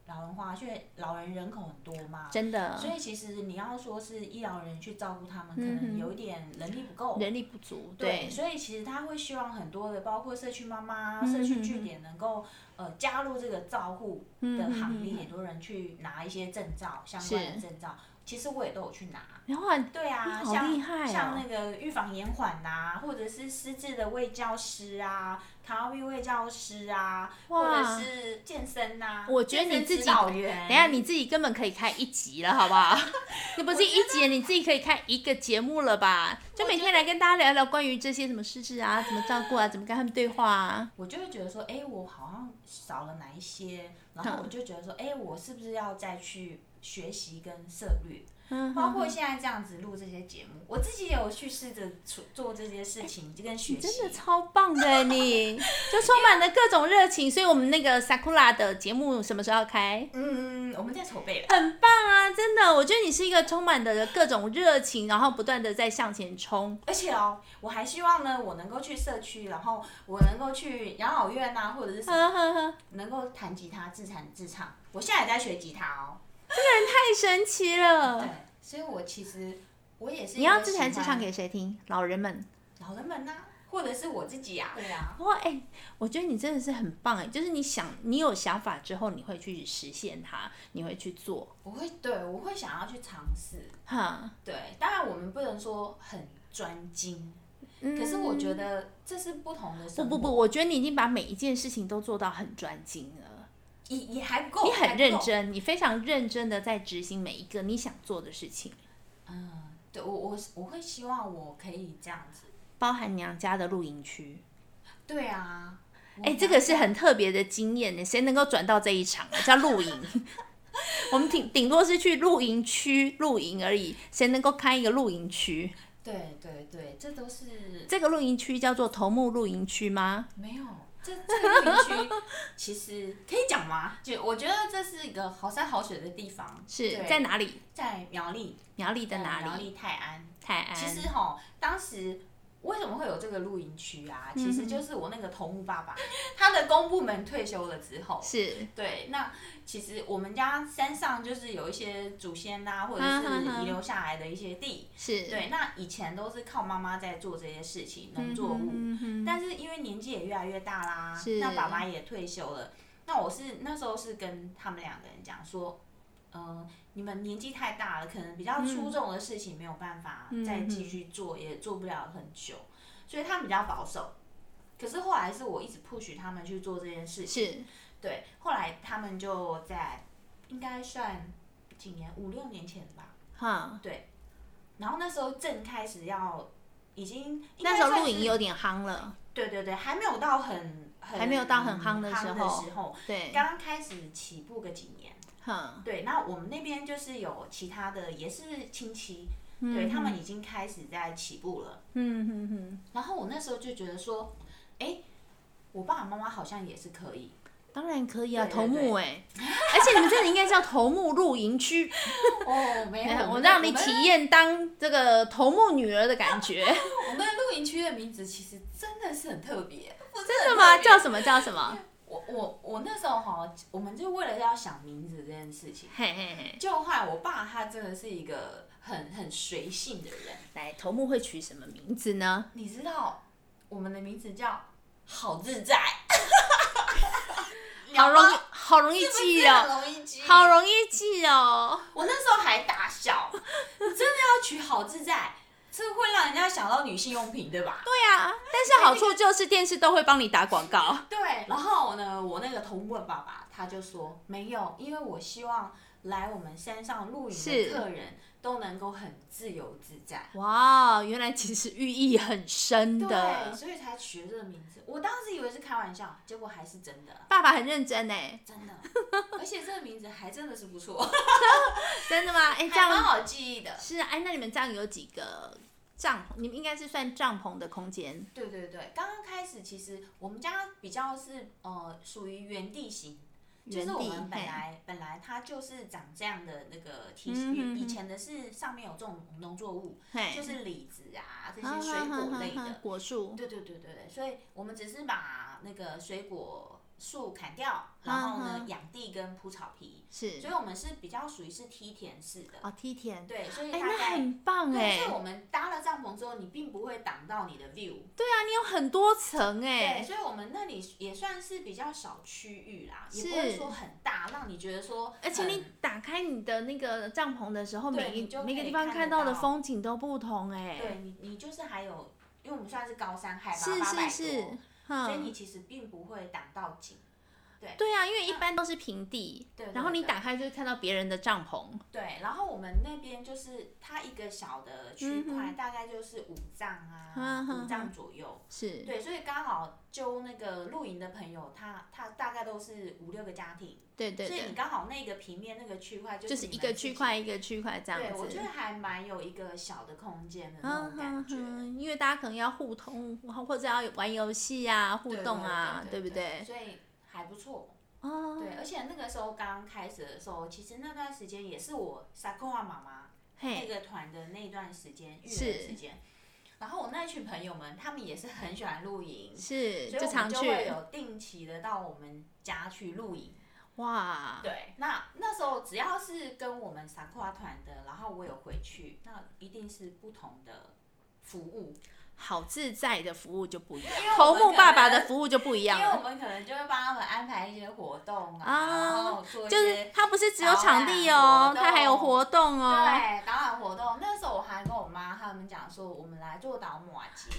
Speaker 2: 老人化，因为老人人口很多嘛。
Speaker 1: 真的，
Speaker 2: 所以其实你要说是医疗人员去照顾他们，可
Speaker 1: 嗯
Speaker 2: 能
Speaker 1: 哼
Speaker 2: 有一点能力不够。
Speaker 1: 人力不足，
Speaker 2: 对，
Speaker 1: 对，
Speaker 2: 所以其实他会希望很多的，包括社区妈妈、
Speaker 1: 嗯
Speaker 2: 社区
Speaker 1: 嗯
Speaker 2: 据
Speaker 1: 嗯
Speaker 2: 点能够呃加入这个照护的行列，很多人去拿一些证照，相关的
Speaker 1: 嗯是
Speaker 2: 证照，其实我也都有去拿。
Speaker 1: 然后很
Speaker 2: 对啊，
Speaker 1: 嗯你好
Speaker 2: 像
Speaker 1: 厉害哦
Speaker 2: 像那个预防延缓呐、或者是失智的卫教师啊，卡威卫教师啊，或
Speaker 1: 哇
Speaker 2: 者是健身呐、
Speaker 1: 我觉得你自己
Speaker 2: 健身指导员，
Speaker 1: 等一下你自己根本可以开一集了，好不 好？你不是一集，你自己可以开一个节目了吧？就每天来跟大家聊聊关于这些什么失智啊，怎么照顾啊，怎么跟他们对话啊。
Speaker 2: 我就会觉得说，哎、我好像少了哪一些，然后我就觉得说，哎、我是不是要再去学习跟策略？
Speaker 1: 嗯
Speaker 2: 包括现在这样子录这些节目，我自己也有去试着做做这些事情，就跟学
Speaker 1: 你真的
Speaker 2: 习。
Speaker 1: 超棒的，欸 你就充满了各种热情，所以我们那个 Sakura 的节目什么时候要开？
Speaker 2: 嗯，我们在筹备了。
Speaker 1: 很棒啊，真的，我觉得你是一个充满的各种热情，然后不断的在向前冲。
Speaker 2: 而且哦，我还希望呢，我能够去社区，然后我能够去养老院啊，或者是什么，
Speaker 1: 呵呵呵，
Speaker 2: 能够弹吉他，自弹自唱。我现在也在学吉他哦。
Speaker 1: 太神奇了
Speaker 2: 对！，所以我其实我也是
Speaker 1: 你要
Speaker 2: 一个
Speaker 1: 自
Speaker 2: 喜
Speaker 1: 弹
Speaker 2: 欢
Speaker 1: 自唱给谁听？老人们。
Speaker 2: 老人们呐、或者是我自己啊。对啊，
Speaker 1: 哇，哎、我觉得你真的是很棒哎、就是你想，你有想法之后，你会去实现它，你会去做，
Speaker 2: 我会对我会想要去尝试。
Speaker 1: 哈。
Speaker 2: 对，当然我们不能说很专精，
Speaker 1: 嗯
Speaker 2: 可是我觉得这是不同的
Speaker 1: 不
Speaker 2: 生活。
Speaker 1: 嗯不不，我觉得你已经把每一件事情都做到很专精了，
Speaker 2: 也也还不够，
Speaker 1: 你
Speaker 2: 还
Speaker 1: 很
Speaker 2: 不
Speaker 1: 认
Speaker 2: 够。
Speaker 1: 真，你非常认真的在执行每一个你想做的事情，
Speaker 2: 嗯，对我我我会希望我可以这样子。
Speaker 1: 包含娘家的露营区。
Speaker 2: 对啊，
Speaker 1: 哎、这个是很特别的经验呢，谁能够转到这一场啊叫露营？ 我们顶顶多是去露营区露营而已，谁能够开一个露营区？
Speaker 2: 对对对，这都是
Speaker 1: 这个露营区叫做头目露营区吗？
Speaker 2: 没有。这这个园区其实可以讲吗？就我觉得这是一个好山好水的地方，
Speaker 1: 是
Speaker 2: 对
Speaker 1: 在哪里？
Speaker 2: 在苗栗
Speaker 1: 苗栗的
Speaker 2: 在
Speaker 1: 哪
Speaker 2: 苗
Speaker 1: 里？
Speaker 2: 栗泰安。
Speaker 1: 泰安。
Speaker 2: 其实哈，当时为什么会有这个露营区啊？
Speaker 1: 嗯
Speaker 2: 其实就是我那个头目爸爸， 他的公部门退休了之后，
Speaker 1: 是
Speaker 2: 对，那其实我们家山上就是有一些祖先呐、或者
Speaker 1: 嗯嗯
Speaker 2: 是
Speaker 1: 嗯
Speaker 2: 遗留下来的一些地，
Speaker 1: 是，
Speaker 2: 对，那以前都是靠妈妈在做这些事情，农作物，
Speaker 1: 嗯哼，
Speaker 2: 但是因为年纪也越来越大啦
Speaker 1: 是，
Speaker 2: 那爸爸也退休了，那我是那时候是跟他们两个人讲说，呃，你们年纪太大了，可能比较
Speaker 1: 嗯
Speaker 2: 出众的事情没有办法再继续做，也做不了很久，所以他们比较保守。可是后来是我一直 push 他们去做这件事情，
Speaker 1: 是
Speaker 2: 对，后来他们就在应该算几年五六年前吧，
Speaker 1: 哈。
Speaker 2: 然后那时候正开始要已经应该
Speaker 1: 那时候
Speaker 2: 算
Speaker 1: 露
Speaker 2: 是
Speaker 1: 营有点夯了，
Speaker 2: 对对对，还没有到很很
Speaker 1: 还没有到很夯的
Speaker 2: 的
Speaker 1: 时候
Speaker 2: 时候
Speaker 1: 对，
Speaker 2: 刚刚开始起步个几年。
Speaker 1: 哼，
Speaker 2: 对，那我们那边就是有其他的也是亲戚，对他们已经开始在起步了。
Speaker 1: 嗯哼哼，
Speaker 2: 然后我那时候就觉得说，哎，我爸爸妈妈好像也是可以，
Speaker 1: 当然可以啊，
Speaker 2: 对对
Speaker 1: 头目
Speaker 2: 对
Speaker 1: 哎、而且你们这里应该叫头目露营区，
Speaker 2: 哦，没
Speaker 1: 哎
Speaker 2: 有，
Speaker 1: 我
Speaker 2: 们
Speaker 1: 让你
Speaker 2: 们
Speaker 1: 体验当这个头目女儿的感 觉，
Speaker 2: 我们露营区的名字其实真的是很特别，不是
Speaker 1: 真的
Speaker 2: 很
Speaker 1: 吗？
Speaker 2: 特别
Speaker 1: 叫什么叫什么？
Speaker 2: 我我我那时候哈，我们就为了要想名字这件事情，
Speaker 1: 嘿嘿嘿，
Speaker 2: 就后来我爸他真的是一个很很随性的人，
Speaker 1: 来，头目会取什么名字呢？
Speaker 2: 你知道我们的名字叫好自在，
Speaker 1: 好容易
Speaker 2: 易，
Speaker 1: 好容易记哦，
Speaker 2: 好容易记，
Speaker 1: 好容易记哦。
Speaker 2: 我那时候还大笑，你真的要取好自在，这会让人家想到女性用品，对吧？
Speaker 1: 对啊，但是好处就是电视都会帮你打广告。
Speaker 2: 对，然后呢，我那个同问爸爸他就说没有，因为我希望来我们山上露营
Speaker 1: 是
Speaker 2: 的客人都能够很自由自在。
Speaker 1: 哇，原来其实寓意很深
Speaker 2: 对，
Speaker 1: 的。
Speaker 2: 所以才取了这个名字。我当时以为是开玩笑，结果还是真的，
Speaker 1: 爸爸很认真哎，
Speaker 2: 真的。而且这个名字还真的是不错，
Speaker 1: 真的吗？哎，这
Speaker 2: 还蛮
Speaker 1: 样
Speaker 2: 好记忆的。
Speaker 1: 是啊哎，那你们这样有几个帐？你们应该是算帐篷的空间。
Speaker 2: 对对对，刚刚开始其实我们家比较是呃属于原地型，就
Speaker 1: 原
Speaker 2: 是我
Speaker 1: 地
Speaker 2: 们本
Speaker 1: 嘿
Speaker 2: 来本来它就是长这样的那个体
Speaker 1: 嗯哼
Speaker 2: 型，以
Speaker 1: 哼
Speaker 2: 前的是上面有这种农作物，
Speaker 1: 嘿，
Speaker 2: 就是李子啊这
Speaker 1: 啊
Speaker 2: 些水果类
Speaker 1: 哈哈哈哈
Speaker 2: 的。
Speaker 1: 果树。
Speaker 2: 对对对对对，所以我们只是把那个水果树砍掉，然后
Speaker 1: 嗯
Speaker 2: 呢
Speaker 1: 哼
Speaker 2: 养地跟铺草皮，
Speaker 1: 是
Speaker 2: 所以我们是比较属于是梯田式的。
Speaker 1: 哦，梯田。
Speaker 2: 对，所以
Speaker 1: 哎，
Speaker 2: 它
Speaker 1: 那
Speaker 2: 在。
Speaker 1: 很棒哎
Speaker 2: 对，。所以我们搭了帐篷之后，你并不会挡到你的 view，
Speaker 1: 对啊，你有很多层
Speaker 2: 对，
Speaker 1: 哎。
Speaker 2: 所以我们那里也算是比较小区域啦，也
Speaker 1: 是
Speaker 2: 不会说很大，让你觉得说
Speaker 1: 而
Speaker 2: 很，
Speaker 1: 且你打开你的那个帐篷的时候，
Speaker 2: 对
Speaker 1: 每
Speaker 2: 你
Speaker 1: 一
Speaker 2: 就
Speaker 1: 每个
Speaker 2: 可以
Speaker 1: 地方
Speaker 2: 看
Speaker 1: 看
Speaker 2: 得
Speaker 1: 到的
Speaker 2: 到
Speaker 1: 风景都不同哎。
Speaker 2: 对你你就是还有，因为我们算是高山海拔
Speaker 1: 是
Speaker 2: 八百
Speaker 1: 是是，
Speaker 2: 多，所以
Speaker 1: 嗯
Speaker 2: 你，其实并不会挡到景。
Speaker 1: 对啊，因为一
Speaker 2: 那
Speaker 1: 般都是平地，
Speaker 2: 对对
Speaker 1: 然后你
Speaker 2: 对
Speaker 1: 打开就会看到别人的帐篷，
Speaker 2: 对，然后我们那边就是它一个小的区块，
Speaker 1: 嗯哼
Speaker 2: 大概就是五丈
Speaker 1: 嗯
Speaker 2: 啊，
Speaker 1: 哼
Speaker 2: 五丈左右。
Speaker 1: 是
Speaker 2: 对，所以刚好就那个露营的朋友，他他大概都是五六个家庭，
Speaker 1: 对对
Speaker 2: 所以你
Speaker 1: 对，
Speaker 2: 刚好那个平面那个区块就
Speaker 1: 就是是
Speaker 2: 你
Speaker 1: 一
Speaker 2: 们
Speaker 1: 个
Speaker 2: 自
Speaker 1: 区
Speaker 2: 己
Speaker 1: 块一个区块这样
Speaker 2: 对，我
Speaker 1: 子
Speaker 2: 觉得。还蛮有一个小的空间的那
Speaker 1: 嗯
Speaker 2: 种感
Speaker 1: 哼
Speaker 2: 觉，
Speaker 1: 哼，因为大家可能要互通，或者要玩游戏啊、互
Speaker 2: 对
Speaker 1: 动啊，
Speaker 2: 对
Speaker 1: 不
Speaker 2: 对？
Speaker 1: 对？
Speaker 2: 所以还不错。
Speaker 1: 哦，
Speaker 2: 对，而且那个时候刚开始的时候，其实那段时间也是我 Sakura 妈妈那
Speaker 1: 嘿，
Speaker 2: 个团的那段时间育
Speaker 1: 是
Speaker 2: 儿时间。然后我那群朋友们，他们也是很喜欢露营，
Speaker 1: 是
Speaker 2: 所以我
Speaker 1: 常
Speaker 2: 们就会
Speaker 1: 去
Speaker 2: 有定期的到我们家去露营。
Speaker 1: 哇，
Speaker 2: 对，那那时候只要是跟我们 Sakura 团的，然后我有回去，那一定是不同的服务。
Speaker 1: 好自在的服务就不一样
Speaker 2: 因为，我
Speaker 1: 头
Speaker 2: 们
Speaker 1: 目
Speaker 2: 可
Speaker 1: 爸爸
Speaker 2: 能
Speaker 1: 的服务就不一样
Speaker 2: 因为我
Speaker 1: 了。
Speaker 2: 们可能就会帮他们安排一些活动啊，
Speaker 1: 啊
Speaker 2: 然后做一
Speaker 1: 就
Speaker 2: 些、
Speaker 1: 是它不是只有
Speaker 2: 导
Speaker 1: 场
Speaker 2: 览
Speaker 1: 地哦，
Speaker 2: 活
Speaker 1: 它还有
Speaker 2: 动
Speaker 1: 活动哦。
Speaker 2: 啊对导览活动。那时候我还跟我妈他们讲说，我们来做导马集，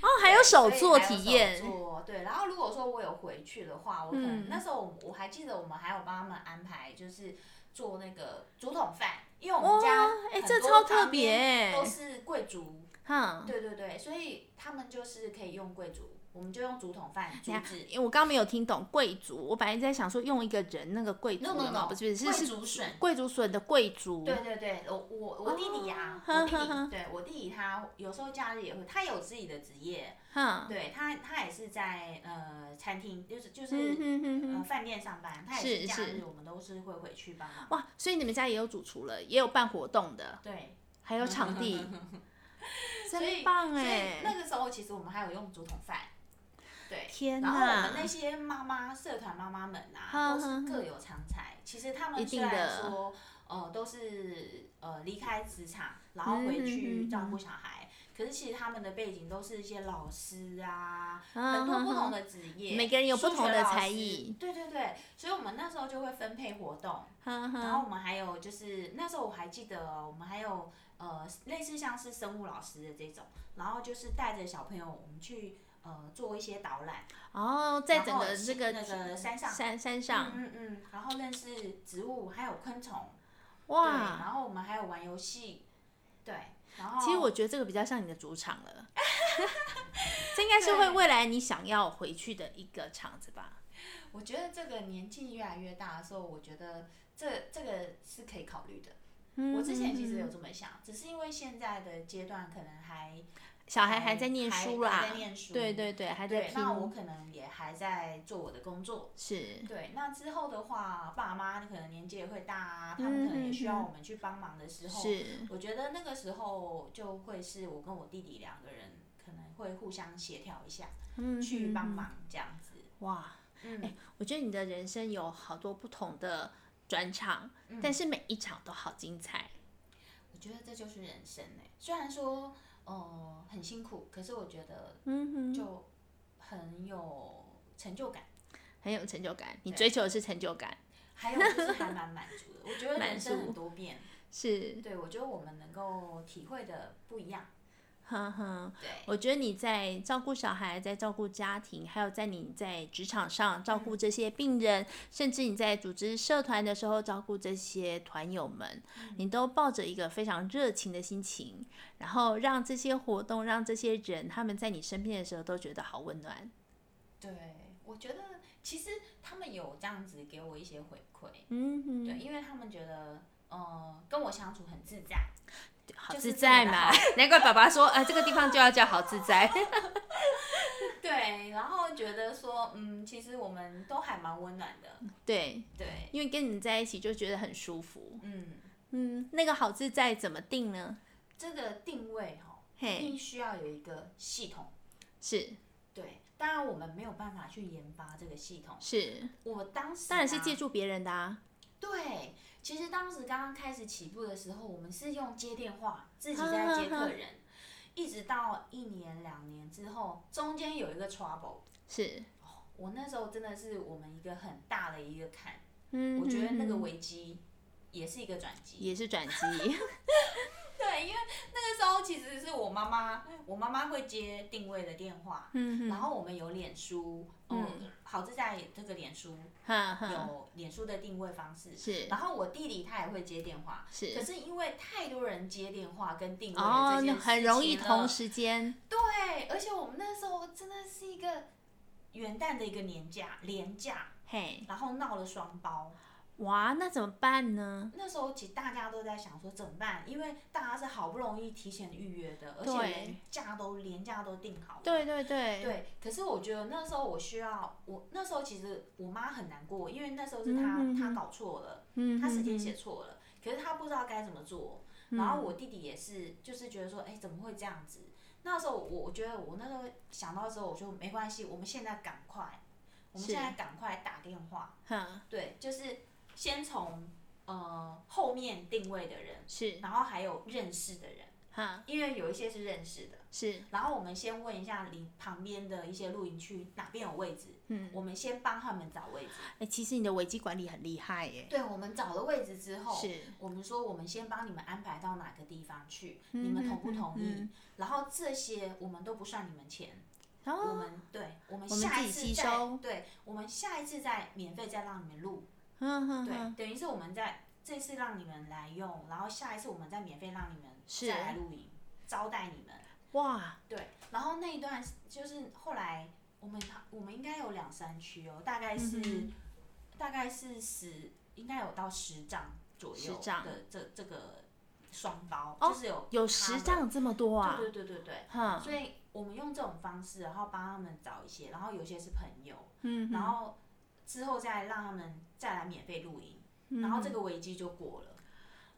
Speaker 1: 哦，还有
Speaker 2: 对
Speaker 1: 手
Speaker 2: 所以
Speaker 1: 作
Speaker 2: 还有
Speaker 1: 体验
Speaker 2: 手，作对，然后如果说我有回去的话，我可能、
Speaker 1: 嗯
Speaker 2: 那时候我我还记得我们还有帮他们安排就是做那个竹筒饭，因为我们家
Speaker 1: 哇哎
Speaker 2: 很
Speaker 1: 这
Speaker 2: 多
Speaker 1: 超
Speaker 2: 旁
Speaker 1: 特
Speaker 2: 边
Speaker 1: 别哎
Speaker 2: 都是贵族，
Speaker 1: 哼。
Speaker 2: 对对对，所以他们就是可以用贵族，我们就用竹筒饭竹
Speaker 1: 等一下
Speaker 2: 子。
Speaker 1: 因为我刚刚没有听懂贵族，我本来在想说用一个人那个贵族
Speaker 2: no no
Speaker 1: 有没
Speaker 2: no，
Speaker 1: 有不是不是
Speaker 2: 贵
Speaker 1: 是
Speaker 2: 竹笋，
Speaker 1: 贵族笋的贵族，
Speaker 2: 对对对，我我我弟弟呀、
Speaker 1: 哦
Speaker 2: 我弟
Speaker 1: 呵呵呵
Speaker 2: 弟，对我弟弟他有时候假日也会，他有自己的职业，
Speaker 1: 哼，
Speaker 2: 对他他也是在呃餐厅，就是就
Speaker 1: 嗯
Speaker 2: 是、
Speaker 1: 哼哼
Speaker 2: 呃
Speaker 1: 哼，
Speaker 2: 饭店上班，他
Speaker 1: 是
Speaker 2: 也假
Speaker 1: 是
Speaker 2: 日我们都是会回去帮忙。
Speaker 1: 哇，所以你们家也有主厨了，也有办活动的，
Speaker 2: 对，
Speaker 1: 还有场地，
Speaker 2: 所以
Speaker 1: 真棒
Speaker 2: 所以
Speaker 1: 哎！
Speaker 2: 那个时候其实我们还有用竹筒饭，对，
Speaker 1: 天
Speaker 2: 然后我们
Speaker 1: 哪
Speaker 2: 那些妈妈社团妈妈们啊，
Speaker 1: 哼
Speaker 2: 都是
Speaker 1: 哼
Speaker 2: 各有长才。其实他
Speaker 1: 一
Speaker 2: 们虽
Speaker 1: 定的
Speaker 2: 然说呃都是呃离开职场，然后回
Speaker 1: 嗯哼
Speaker 2: 去
Speaker 1: 哼
Speaker 2: 照顾小孩，可是其实他们的背景都是一些老师啊，
Speaker 1: 嗯
Speaker 2: 很多不同
Speaker 1: 哼
Speaker 2: 的职业，
Speaker 1: 每个人有不同的
Speaker 2: 数学老师
Speaker 1: 才艺。
Speaker 2: 对对对，所以我们那时候就会分配活动。
Speaker 1: 哼
Speaker 2: 然后
Speaker 1: 哼
Speaker 2: 我们还有就是那时候我还记得哦，我们还有呃类似像是生物老师的这种，然后就是带着小朋友我们去呃做一些导览，
Speaker 1: 哦，在
Speaker 2: 然
Speaker 1: 整
Speaker 2: 后
Speaker 1: 个这个
Speaker 2: 那个山上，
Speaker 1: 山山上，
Speaker 2: 嗯嗯，然后认识植物还有昆虫，对，
Speaker 1: 哇！
Speaker 2: 然后我们还有玩游戏，对，然后
Speaker 1: 其实我觉得这个比较像你的主场 了，这应该是会
Speaker 2: 对
Speaker 1: 未来你想要回去的一个场子吧？
Speaker 2: 我觉得这个年纪越来越大的时候，我觉得这这个是可以考虑的。
Speaker 1: 嗯
Speaker 2: 我之前其实有这么想，只是因为现在的阶段可能还
Speaker 1: 小孩还在念书啦，
Speaker 2: 还在念书
Speaker 1: 对对对，还在
Speaker 2: 对，
Speaker 1: 拼，
Speaker 2: 那我可能也还在做我的工作。
Speaker 1: 是
Speaker 2: 对，那之后的话，爸妈可能年纪也会大啊，他们可能也需要我们去帮忙的时候，
Speaker 1: 嗯是，
Speaker 2: 我觉得那个时候就会是我跟我弟弟两个人可能会互相协调一下，
Speaker 1: 嗯
Speaker 2: 去帮。
Speaker 1: 嗯
Speaker 2: 忙这样子。
Speaker 1: 嗯哇，
Speaker 2: 嗯，
Speaker 1: 我觉得你的人生有好多不同的转场，
Speaker 2: 嗯
Speaker 1: 但是每一场都好精彩。
Speaker 2: 我觉得这就是人生哎、虽然说呃很辛苦，可是我觉得
Speaker 1: 嗯哼，
Speaker 2: 就很有成就感。
Speaker 1: 很有成就感。你追求的是成就感，
Speaker 2: 还有就是还蛮满足的，我觉得
Speaker 1: 满
Speaker 2: 人生
Speaker 1: 足
Speaker 2: 很多变，
Speaker 1: 是，
Speaker 2: 对，我觉得我们能够体会的不一样。
Speaker 1: 哼哼。
Speaker 2: 对，
Speaker 1: 我觉得你在照顾小孩，在照顾家庭，还有在你在职场上照
Speaker 2: 嗯
Speaker 1: 顾这些病人，甚至你在组织社团的时候照顾这些团友们，
Speaker 2: 嗯
Speaker 1: 你都抱着一个非常热情的心情，然后让这些活动，让这些人他们在你身边的时候都觉得好温暖。
Speaker 2: 对，我觉得其实他们有这样子给我一些回馈，
Speaker 1: 嗯哼，
Speaker 2: 对，因为他们觉得呃跟我相处很自在，
Speaker 1: 好
Speaker 2: 就
Speaker 1: 自
Speaker 2: 是
Speaker 1: 在
Speaker 2: 这个
Speaker 1: 嘛，难怪爸爸说，呃，这个地方就要叫好自在。
Speaker 2: 对，然后觉得说嗯，其实我们都还蛮温暖的，
Speaker 1: 嗯对，
Speaker 2: 对，
Speaker 1: 因为跟你们在一起就觉得很舒服。
Speaker 2: 嗯，
Speaker 1: 嗯，那个好自在怎么定呢？
Speaker 2: 这个定位哈、
Speaker 1: 嘿
Speaker 2: 一定需要有一个系统，
Speaker 1: 是
Speaker 2: 对，当然我们没有办法去研发这个系统，
Speaker 1: 是，
Speaker 2: 我当时、
Speaker 1: 当然是借。助别人的啊。
Speaker 2: 对，其实当时刚刚开始起步的时候，我们是用接电话自己在接客人，一直到一年两年之后，中间有一个 trouble，
Speaker 1: 是，
Speaker 2: 我那时候真的是我们一个很大的一个坎，
Speaker 1: 嗯
Speaker 2: 我觉得那个
Speaker 1: 嗯嗯
Speaker 2: 危机也是一个转机。
Speaker 1: 也是转机，
Speaker 2: 对，因为那个时候其实是我妈妈，我妈妈会接定位的电话，
Speaker 1: 嗯
Speaker 2: 然后我们有脸书，嗯，好自在这个脸书
Speaker 1: 哈哈，
Speaker 2: 有脸书的定位方式，
Speaker 1: 是
Speaker 2: 然后我弟弟他也会接电话，
Speaker 1: 是
Speaker 2: 可是因为太多人接电话跟定位了
Speaker 1: 哦
Speaker 2: 这，
Speaker 1: 那
Speaker 2: 件事情了
Speaker 1: 很容易同。时间，
Speaker 2: 对，而且我们那时候真的是一个元旦的一个年假，连假，
Speaker 1: 嘿，
Speaker 2: 然后闹了双包。
Speaker 1: 哇，那怎么办呢？
Speaker 2: 那时候其实大家都在想说怎么办，因为大家是好不容易提前预约的，而且
Speaker 1: 对
Speaker 2: 连假都连假都定好了。
Speaker 1: 对对对，
Speaker 2: 对，可是我觉得那时候我需要，我那时候其实我妈很难过，因为那时候是她、
Speaker 1: 嗯嗯嗯
Speaker 2: 她搞错了，
Speaker 1: 嗯
Speaker 2: 她时间
Speaker 1: 嗯
Speaker 2: 写错了，可是她不知道该怎么做。然后我弟弟也是，就是觉得说，哎，怎么会这样子？那时候我我觉得我那时候想到之后，我就没关系，我们现在赶快，我们
Speaker 1: 是
Speaker 2: 现在赶快打电话，
Speaker 1: 哈，
Speaker 2: 对，就是先从呃后面定位的人，
Speaker 1: 是
Speaker 2: 然后还有认识的人，
Speaker 1: 哈
Speaker 2: 因为有一些是认识的，
Speaker 1: 是
Speaker 2: 然后我们先问一下离旁边的一些露营区哪边有位置，嗯，我们先帮他们找位置。
Speaker 1: 哎，其实你的危机管理很厉害耶，
Speaker 2: 对，我们找了位置之后，
Speaker 1: 是
Speaker 2: 我们说我们先帮你们安排到哪个地方去，你们同不同意？
Speaker 1: 嗯
Speaker 2: 然后这些我们都不算你们钱，
Speaker 1: 然
Speaker 2: 我
Speaker 1: 后
Speaker 2: 们对，我们
Speaker 1: 哦我们
Speaker 2: 下一
Speaker 1: 自己吸
Speaker 2: 次再
Speaker 1: 收
Speaker 2: 对，我们下一次再免费再让你们录，
Speaker 1: 嗯哼
Speaker 2: 对，
Speaker 1: 哼，
Speaker 2: 等于是我们在这次让你们来用，然后下一次我们再免费让你们
Speaker 1: 是
Speaker 2: 再来露营，招待你们。
Speaker 1: 哇，
Speaker 2: 对，然后那一段就是后来我们我们应该有两三区哦，大概是、
Speaker 1: 嗯
Speaker 2: 大概是十，应该有到十丈左右
Speaker 1: 十丈
Speaker 2: 的这这个双包，
Speaker 1: 哦
Speaker 2: 就是有
Speaker 1: 有
Speaker 2: cover
Speaker 1: 十丈这么多啊，
Speaker 2: 对对对对对。
Speaker 1: 哈，
Speaker 2: 所以我们用这种方式，然后帮他们找一些，然后有些是朋友，
Speaker 1: 嗯哼，
Speaker 2: 然后
Speaker 1: 嗯
Speaker 2: 之后再让他们再来免费露营，然后这个危机就过了。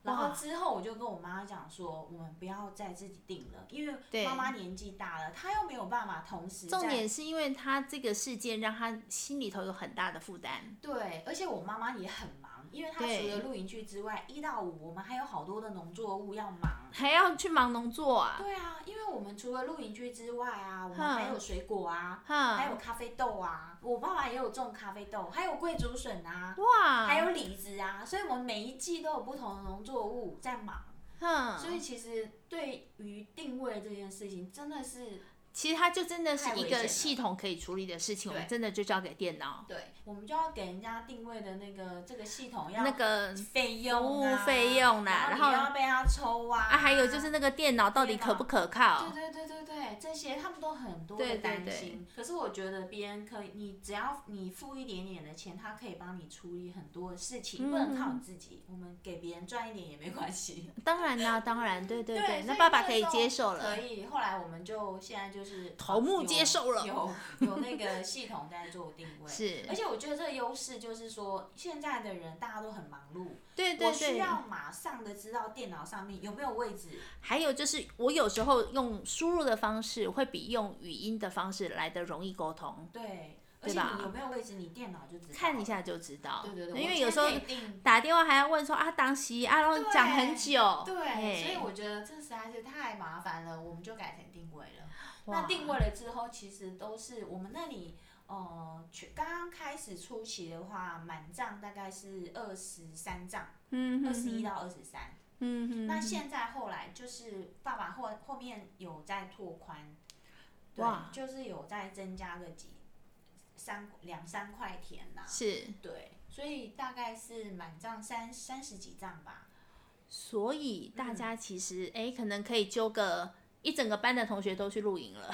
Speaker 2: 然后之后我就跟我妈讲说，我们不要再自己定了，因为妈妈年纪大了，她又没有办法同时在。
Speaker 1: 重点是因为他这个事件让他心里头有很大的负担，
Speaker 2: 对，而且我妈妈也很忙，因为她除了露营区之外，一到五我们还有好多的农作物要忙。
Speaker 1: 还要去忙农作啊。
Speaker 2: 对啊，因为我们除了露营区之外啊，我们
Speaker 1: 哼
Speaker 2: 还有水果啊，
Speaker 1: 哼
Speaker 2: 还有咖啡豆啊，我爸爸也有种咖啡豆，还有桂竹笋啊，
Speaker 1: 哇，
Speaker 2: 还有李子啊，所以我们每一季都有不同的农作物在忙。
Speaker 1: 哼，
Speaker 2: 所以其实对于定位这件事情，真的是
Speaker 1: 其实它就真的是
Speaker 2: 太
Speaker 1: 一
Speaker 2: 危险
Speaker 1: 个
Speaker 2: 了
Speaker 1: 系统可以处理的事情，我们
Speaker 2: 对
Speaker 1: 真的就交给电脑。
Speaker 2: 对，我们就要给人家定位的那个这个系统要
Speaker 1: 那个
Speaker 2: 费用啊
Speaker 1: 服务费用啦
Speaker 2: 然后
Speaker 1: 然后
Speaker 2: 你又要被他抽啊，
Speaker 1: 啊，还有就是那个电脑到底可不可靠？
Speaker 2: 对对对对对，这些他们都很多
Speaker 1: 对
Speaker 2: 的
Speaker 1: 对
Speaker 2: 担心。
Speaker 1: 对
Speaker 2: 可是我觉得别人可以，你只要你付一点点的钱，他可以帮你处理很多事
Speaker 1: 嗯
Speaker 2: 情，不能靠你自己。我们给别人赚一点也没关系。
Speaker 1: 当然啦、当然，对对
Speaker 2: 对，
Speaker 1: 那
Speaker 2: 所以
Speaker 1: 爸爸
Speaker 2: 那
Speaker 1: 可以
Speaker 2: 时候
Speaker 1: 接受了
Speaker 2: 可。以，后来我们就现在就是呃
Speaker 1: 头目接受了
Speaker 2: 有有有那个系统在做定 位。
Speaker 1: 是
Speaker 2: 而且我觉得这个优势就是说，现在的人大家都很忙碌，
Speaker 1: 对对
Speaker 2: 我需
Speaker 1: 对，
Speaker 2: 要马上的知道电脑上面有没有位置。
Speaker 1: 还有就是我有时候用输入的方式会比用语音的方式来的容易沟通，
Speaker 2: 对，而
Speaker 1: 对
Speaker 2: 且
Speaker 1: 吧
Speaker 2: 你有没有位置，你电脑就知道。
Speaker 1: 看一。下就知道。
Speaker 2: 对对对，
Speaker 1: 因
Speaker 2: 我
Speaker 1: 为
Speaker 2: 今
Speaker 1: 有时候
Speaker 2: 天可以 定
Speaker 1: 打电话还要问说啊，当时啊，然后
Speaker 2: 对
Speaker 1: 讲很久。
Speaker 2: 对，
Speaker 1: 嘿
Speaker 2: 所以我觉得这实在是太麻烦了，我们就改成定位了。
Speaker 1: 哇
Speaker 2: 那定位了之后，其实都是我们那里，呃，去刚刚开始初期的话，满账大概是二十三账，
Speaker 1: 嗯
Speaker 2: 二十
Speaker 1: 嗯
Speaker 2: 一到二十三。
Speaker 1: 嗯嗯，
Speaker 2: 那现在后来就是爸爸后后面有在拓宽，对
Speaker 1: 哇，
Speaker 2: 就是有在增加个几三两三块钱呐、
Speaker 1: 是，
Speaker 2: 对，所以大概是满账三三十几账吧。
Speaker 1: 所以大
Speaker 2: 嗯
Speaker 1: 家其实哎、诶可能可以揪个。一整个班的同学都去露营 了，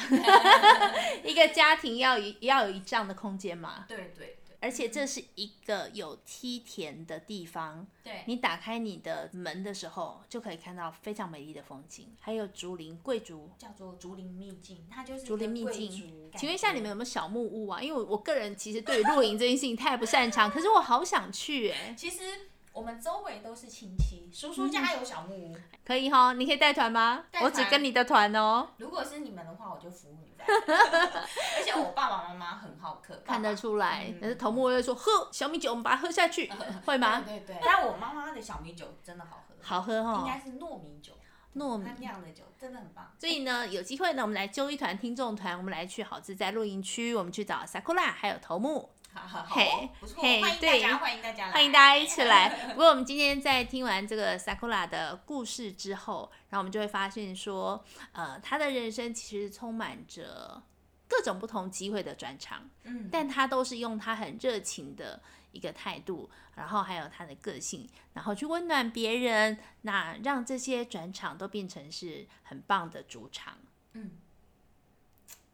Speaker 1: 一个家庭要一要有一丈的空间嘛，
Speaker 2: 对对对
Speaker 1: 而且这是一个有梯田的地方，
Speaker 2: 对。
Speaker 1: 你打开你的门的时候，就可以看到非常美丽的风景，还有竹林、桂竹。
Speaker 2: 叫做竹林秘境，它就是
Speaker 1: 竹林
Speaker 2: 一
Speaker 1: 秘
Speaker 2: 个
Speaker 1: 境
Speaker 2: 贵族感觉，
Speaker 1: 请问一下，你们有没有小木屋啊？因为我我个人其实对于露营这件事情太不擅长，可是我好想去哎、
Speaker 2: 其实我们周围都是亲戚，叔
Speaker 1: 嗯
Speaker 2: 叔家有小木屋。
Speaker 1: 可以哈？你可以带团吗？
Speaker 2: 带团
Speaker 1: 我只跟你的团哦，
Speaker 2: 如果是你们的话，我就服你 在。而且我爸爸妈妈很好客，
Speaker 1: 看得
Speaker 2: 爸
Speaker 1: 出来。
Speaker 2: 嗯
Speaker 1: 但是头目会说喝小米酒，我们把它喝下 去，会
Speaker 2: 爸。
Speaker 1: 吗？
Speaker 2: 对对对，但我妈妈的小米酒真的好喝，
Speaker 1: 好喝
Speaker 2: 应
Speaker 1: 哈，
Speaker 2: 该是糯米酒，
Speaker 1: 糯米
Speaker 2: 她。酿的酒真的很棒。
Speaker 1: 所以呢，有机会呢，我们来揪一团听众团，我们来去好自在露营区，我们去找 Sakura 还有头目，
Speaker 2: 好好好
Speaker 1: 嘿
Speaker 2: 哦，不错，欢
Speaker 1: 嘿
Speaker 2: 迎大
Speaker 1: 对
Speaker 2: 家，欢迎大家来，
Speaker 1: 欢迎大家一起 来。不过我们今天在听完这个 Sakura 的故事之后，然后我们就会发现说，呃，他的人生其实充满着各种不同机会的转场，
Speaker 2: 嗯，
Speaker 1: 但他都是用他很热情的一个态度，然后还有他的个性，然后去温暖别人，那让这些转场都变成是很棒的主场，
Speaker 2: 嗯，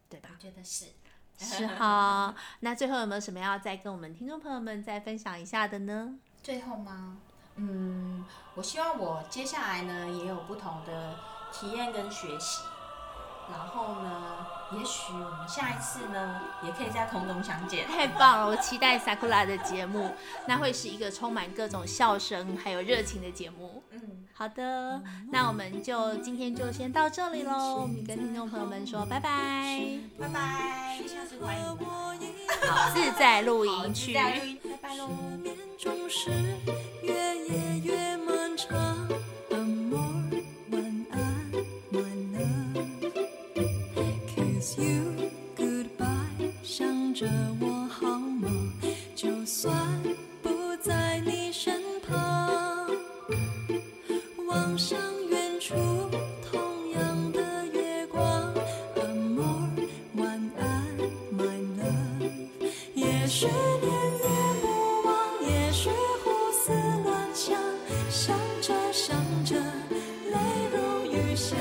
Speaker 1: 对吧
Speaker 2: 我？觉得是。
Speaker 1: 是哈，那最后有没有什么要再跟我们听众朋友们再分享一下的呢？
Speaker 2: 最后吗？嗯，我希望我接下来呢也有不同的体验跟学习，然后呢，也许我们下一次呢也可以在空中相见。
Speaker 1: 太棒了！我期待 Sakura 的节目，那会是一个充满各种笑声还有热情的节目。
Speaker 2: 嗯，
Speaker 1: 好的，那我们就今天就先到这里喽，我们跟听众朋友们说拜拜，
Speaker 2: 拜拜，下次欢迎你们。
Speaker 1: 好自在露
Speaker 2: 好，
Speaker 1: 营
Speaker 2: 期
Speaker 1: 区。
Speaker 2: 待录音，拜拜喽。
Speaker 4: 失眠总是越夜越漫长。Amor，晚安，晚安。Kiss you goodbye，想着我好吗？就算不在你身旁，望向远处同样的月光。Amor，晚安，my love。也许念念不忘，也许胡思乱想，想着想着，泪如雨下。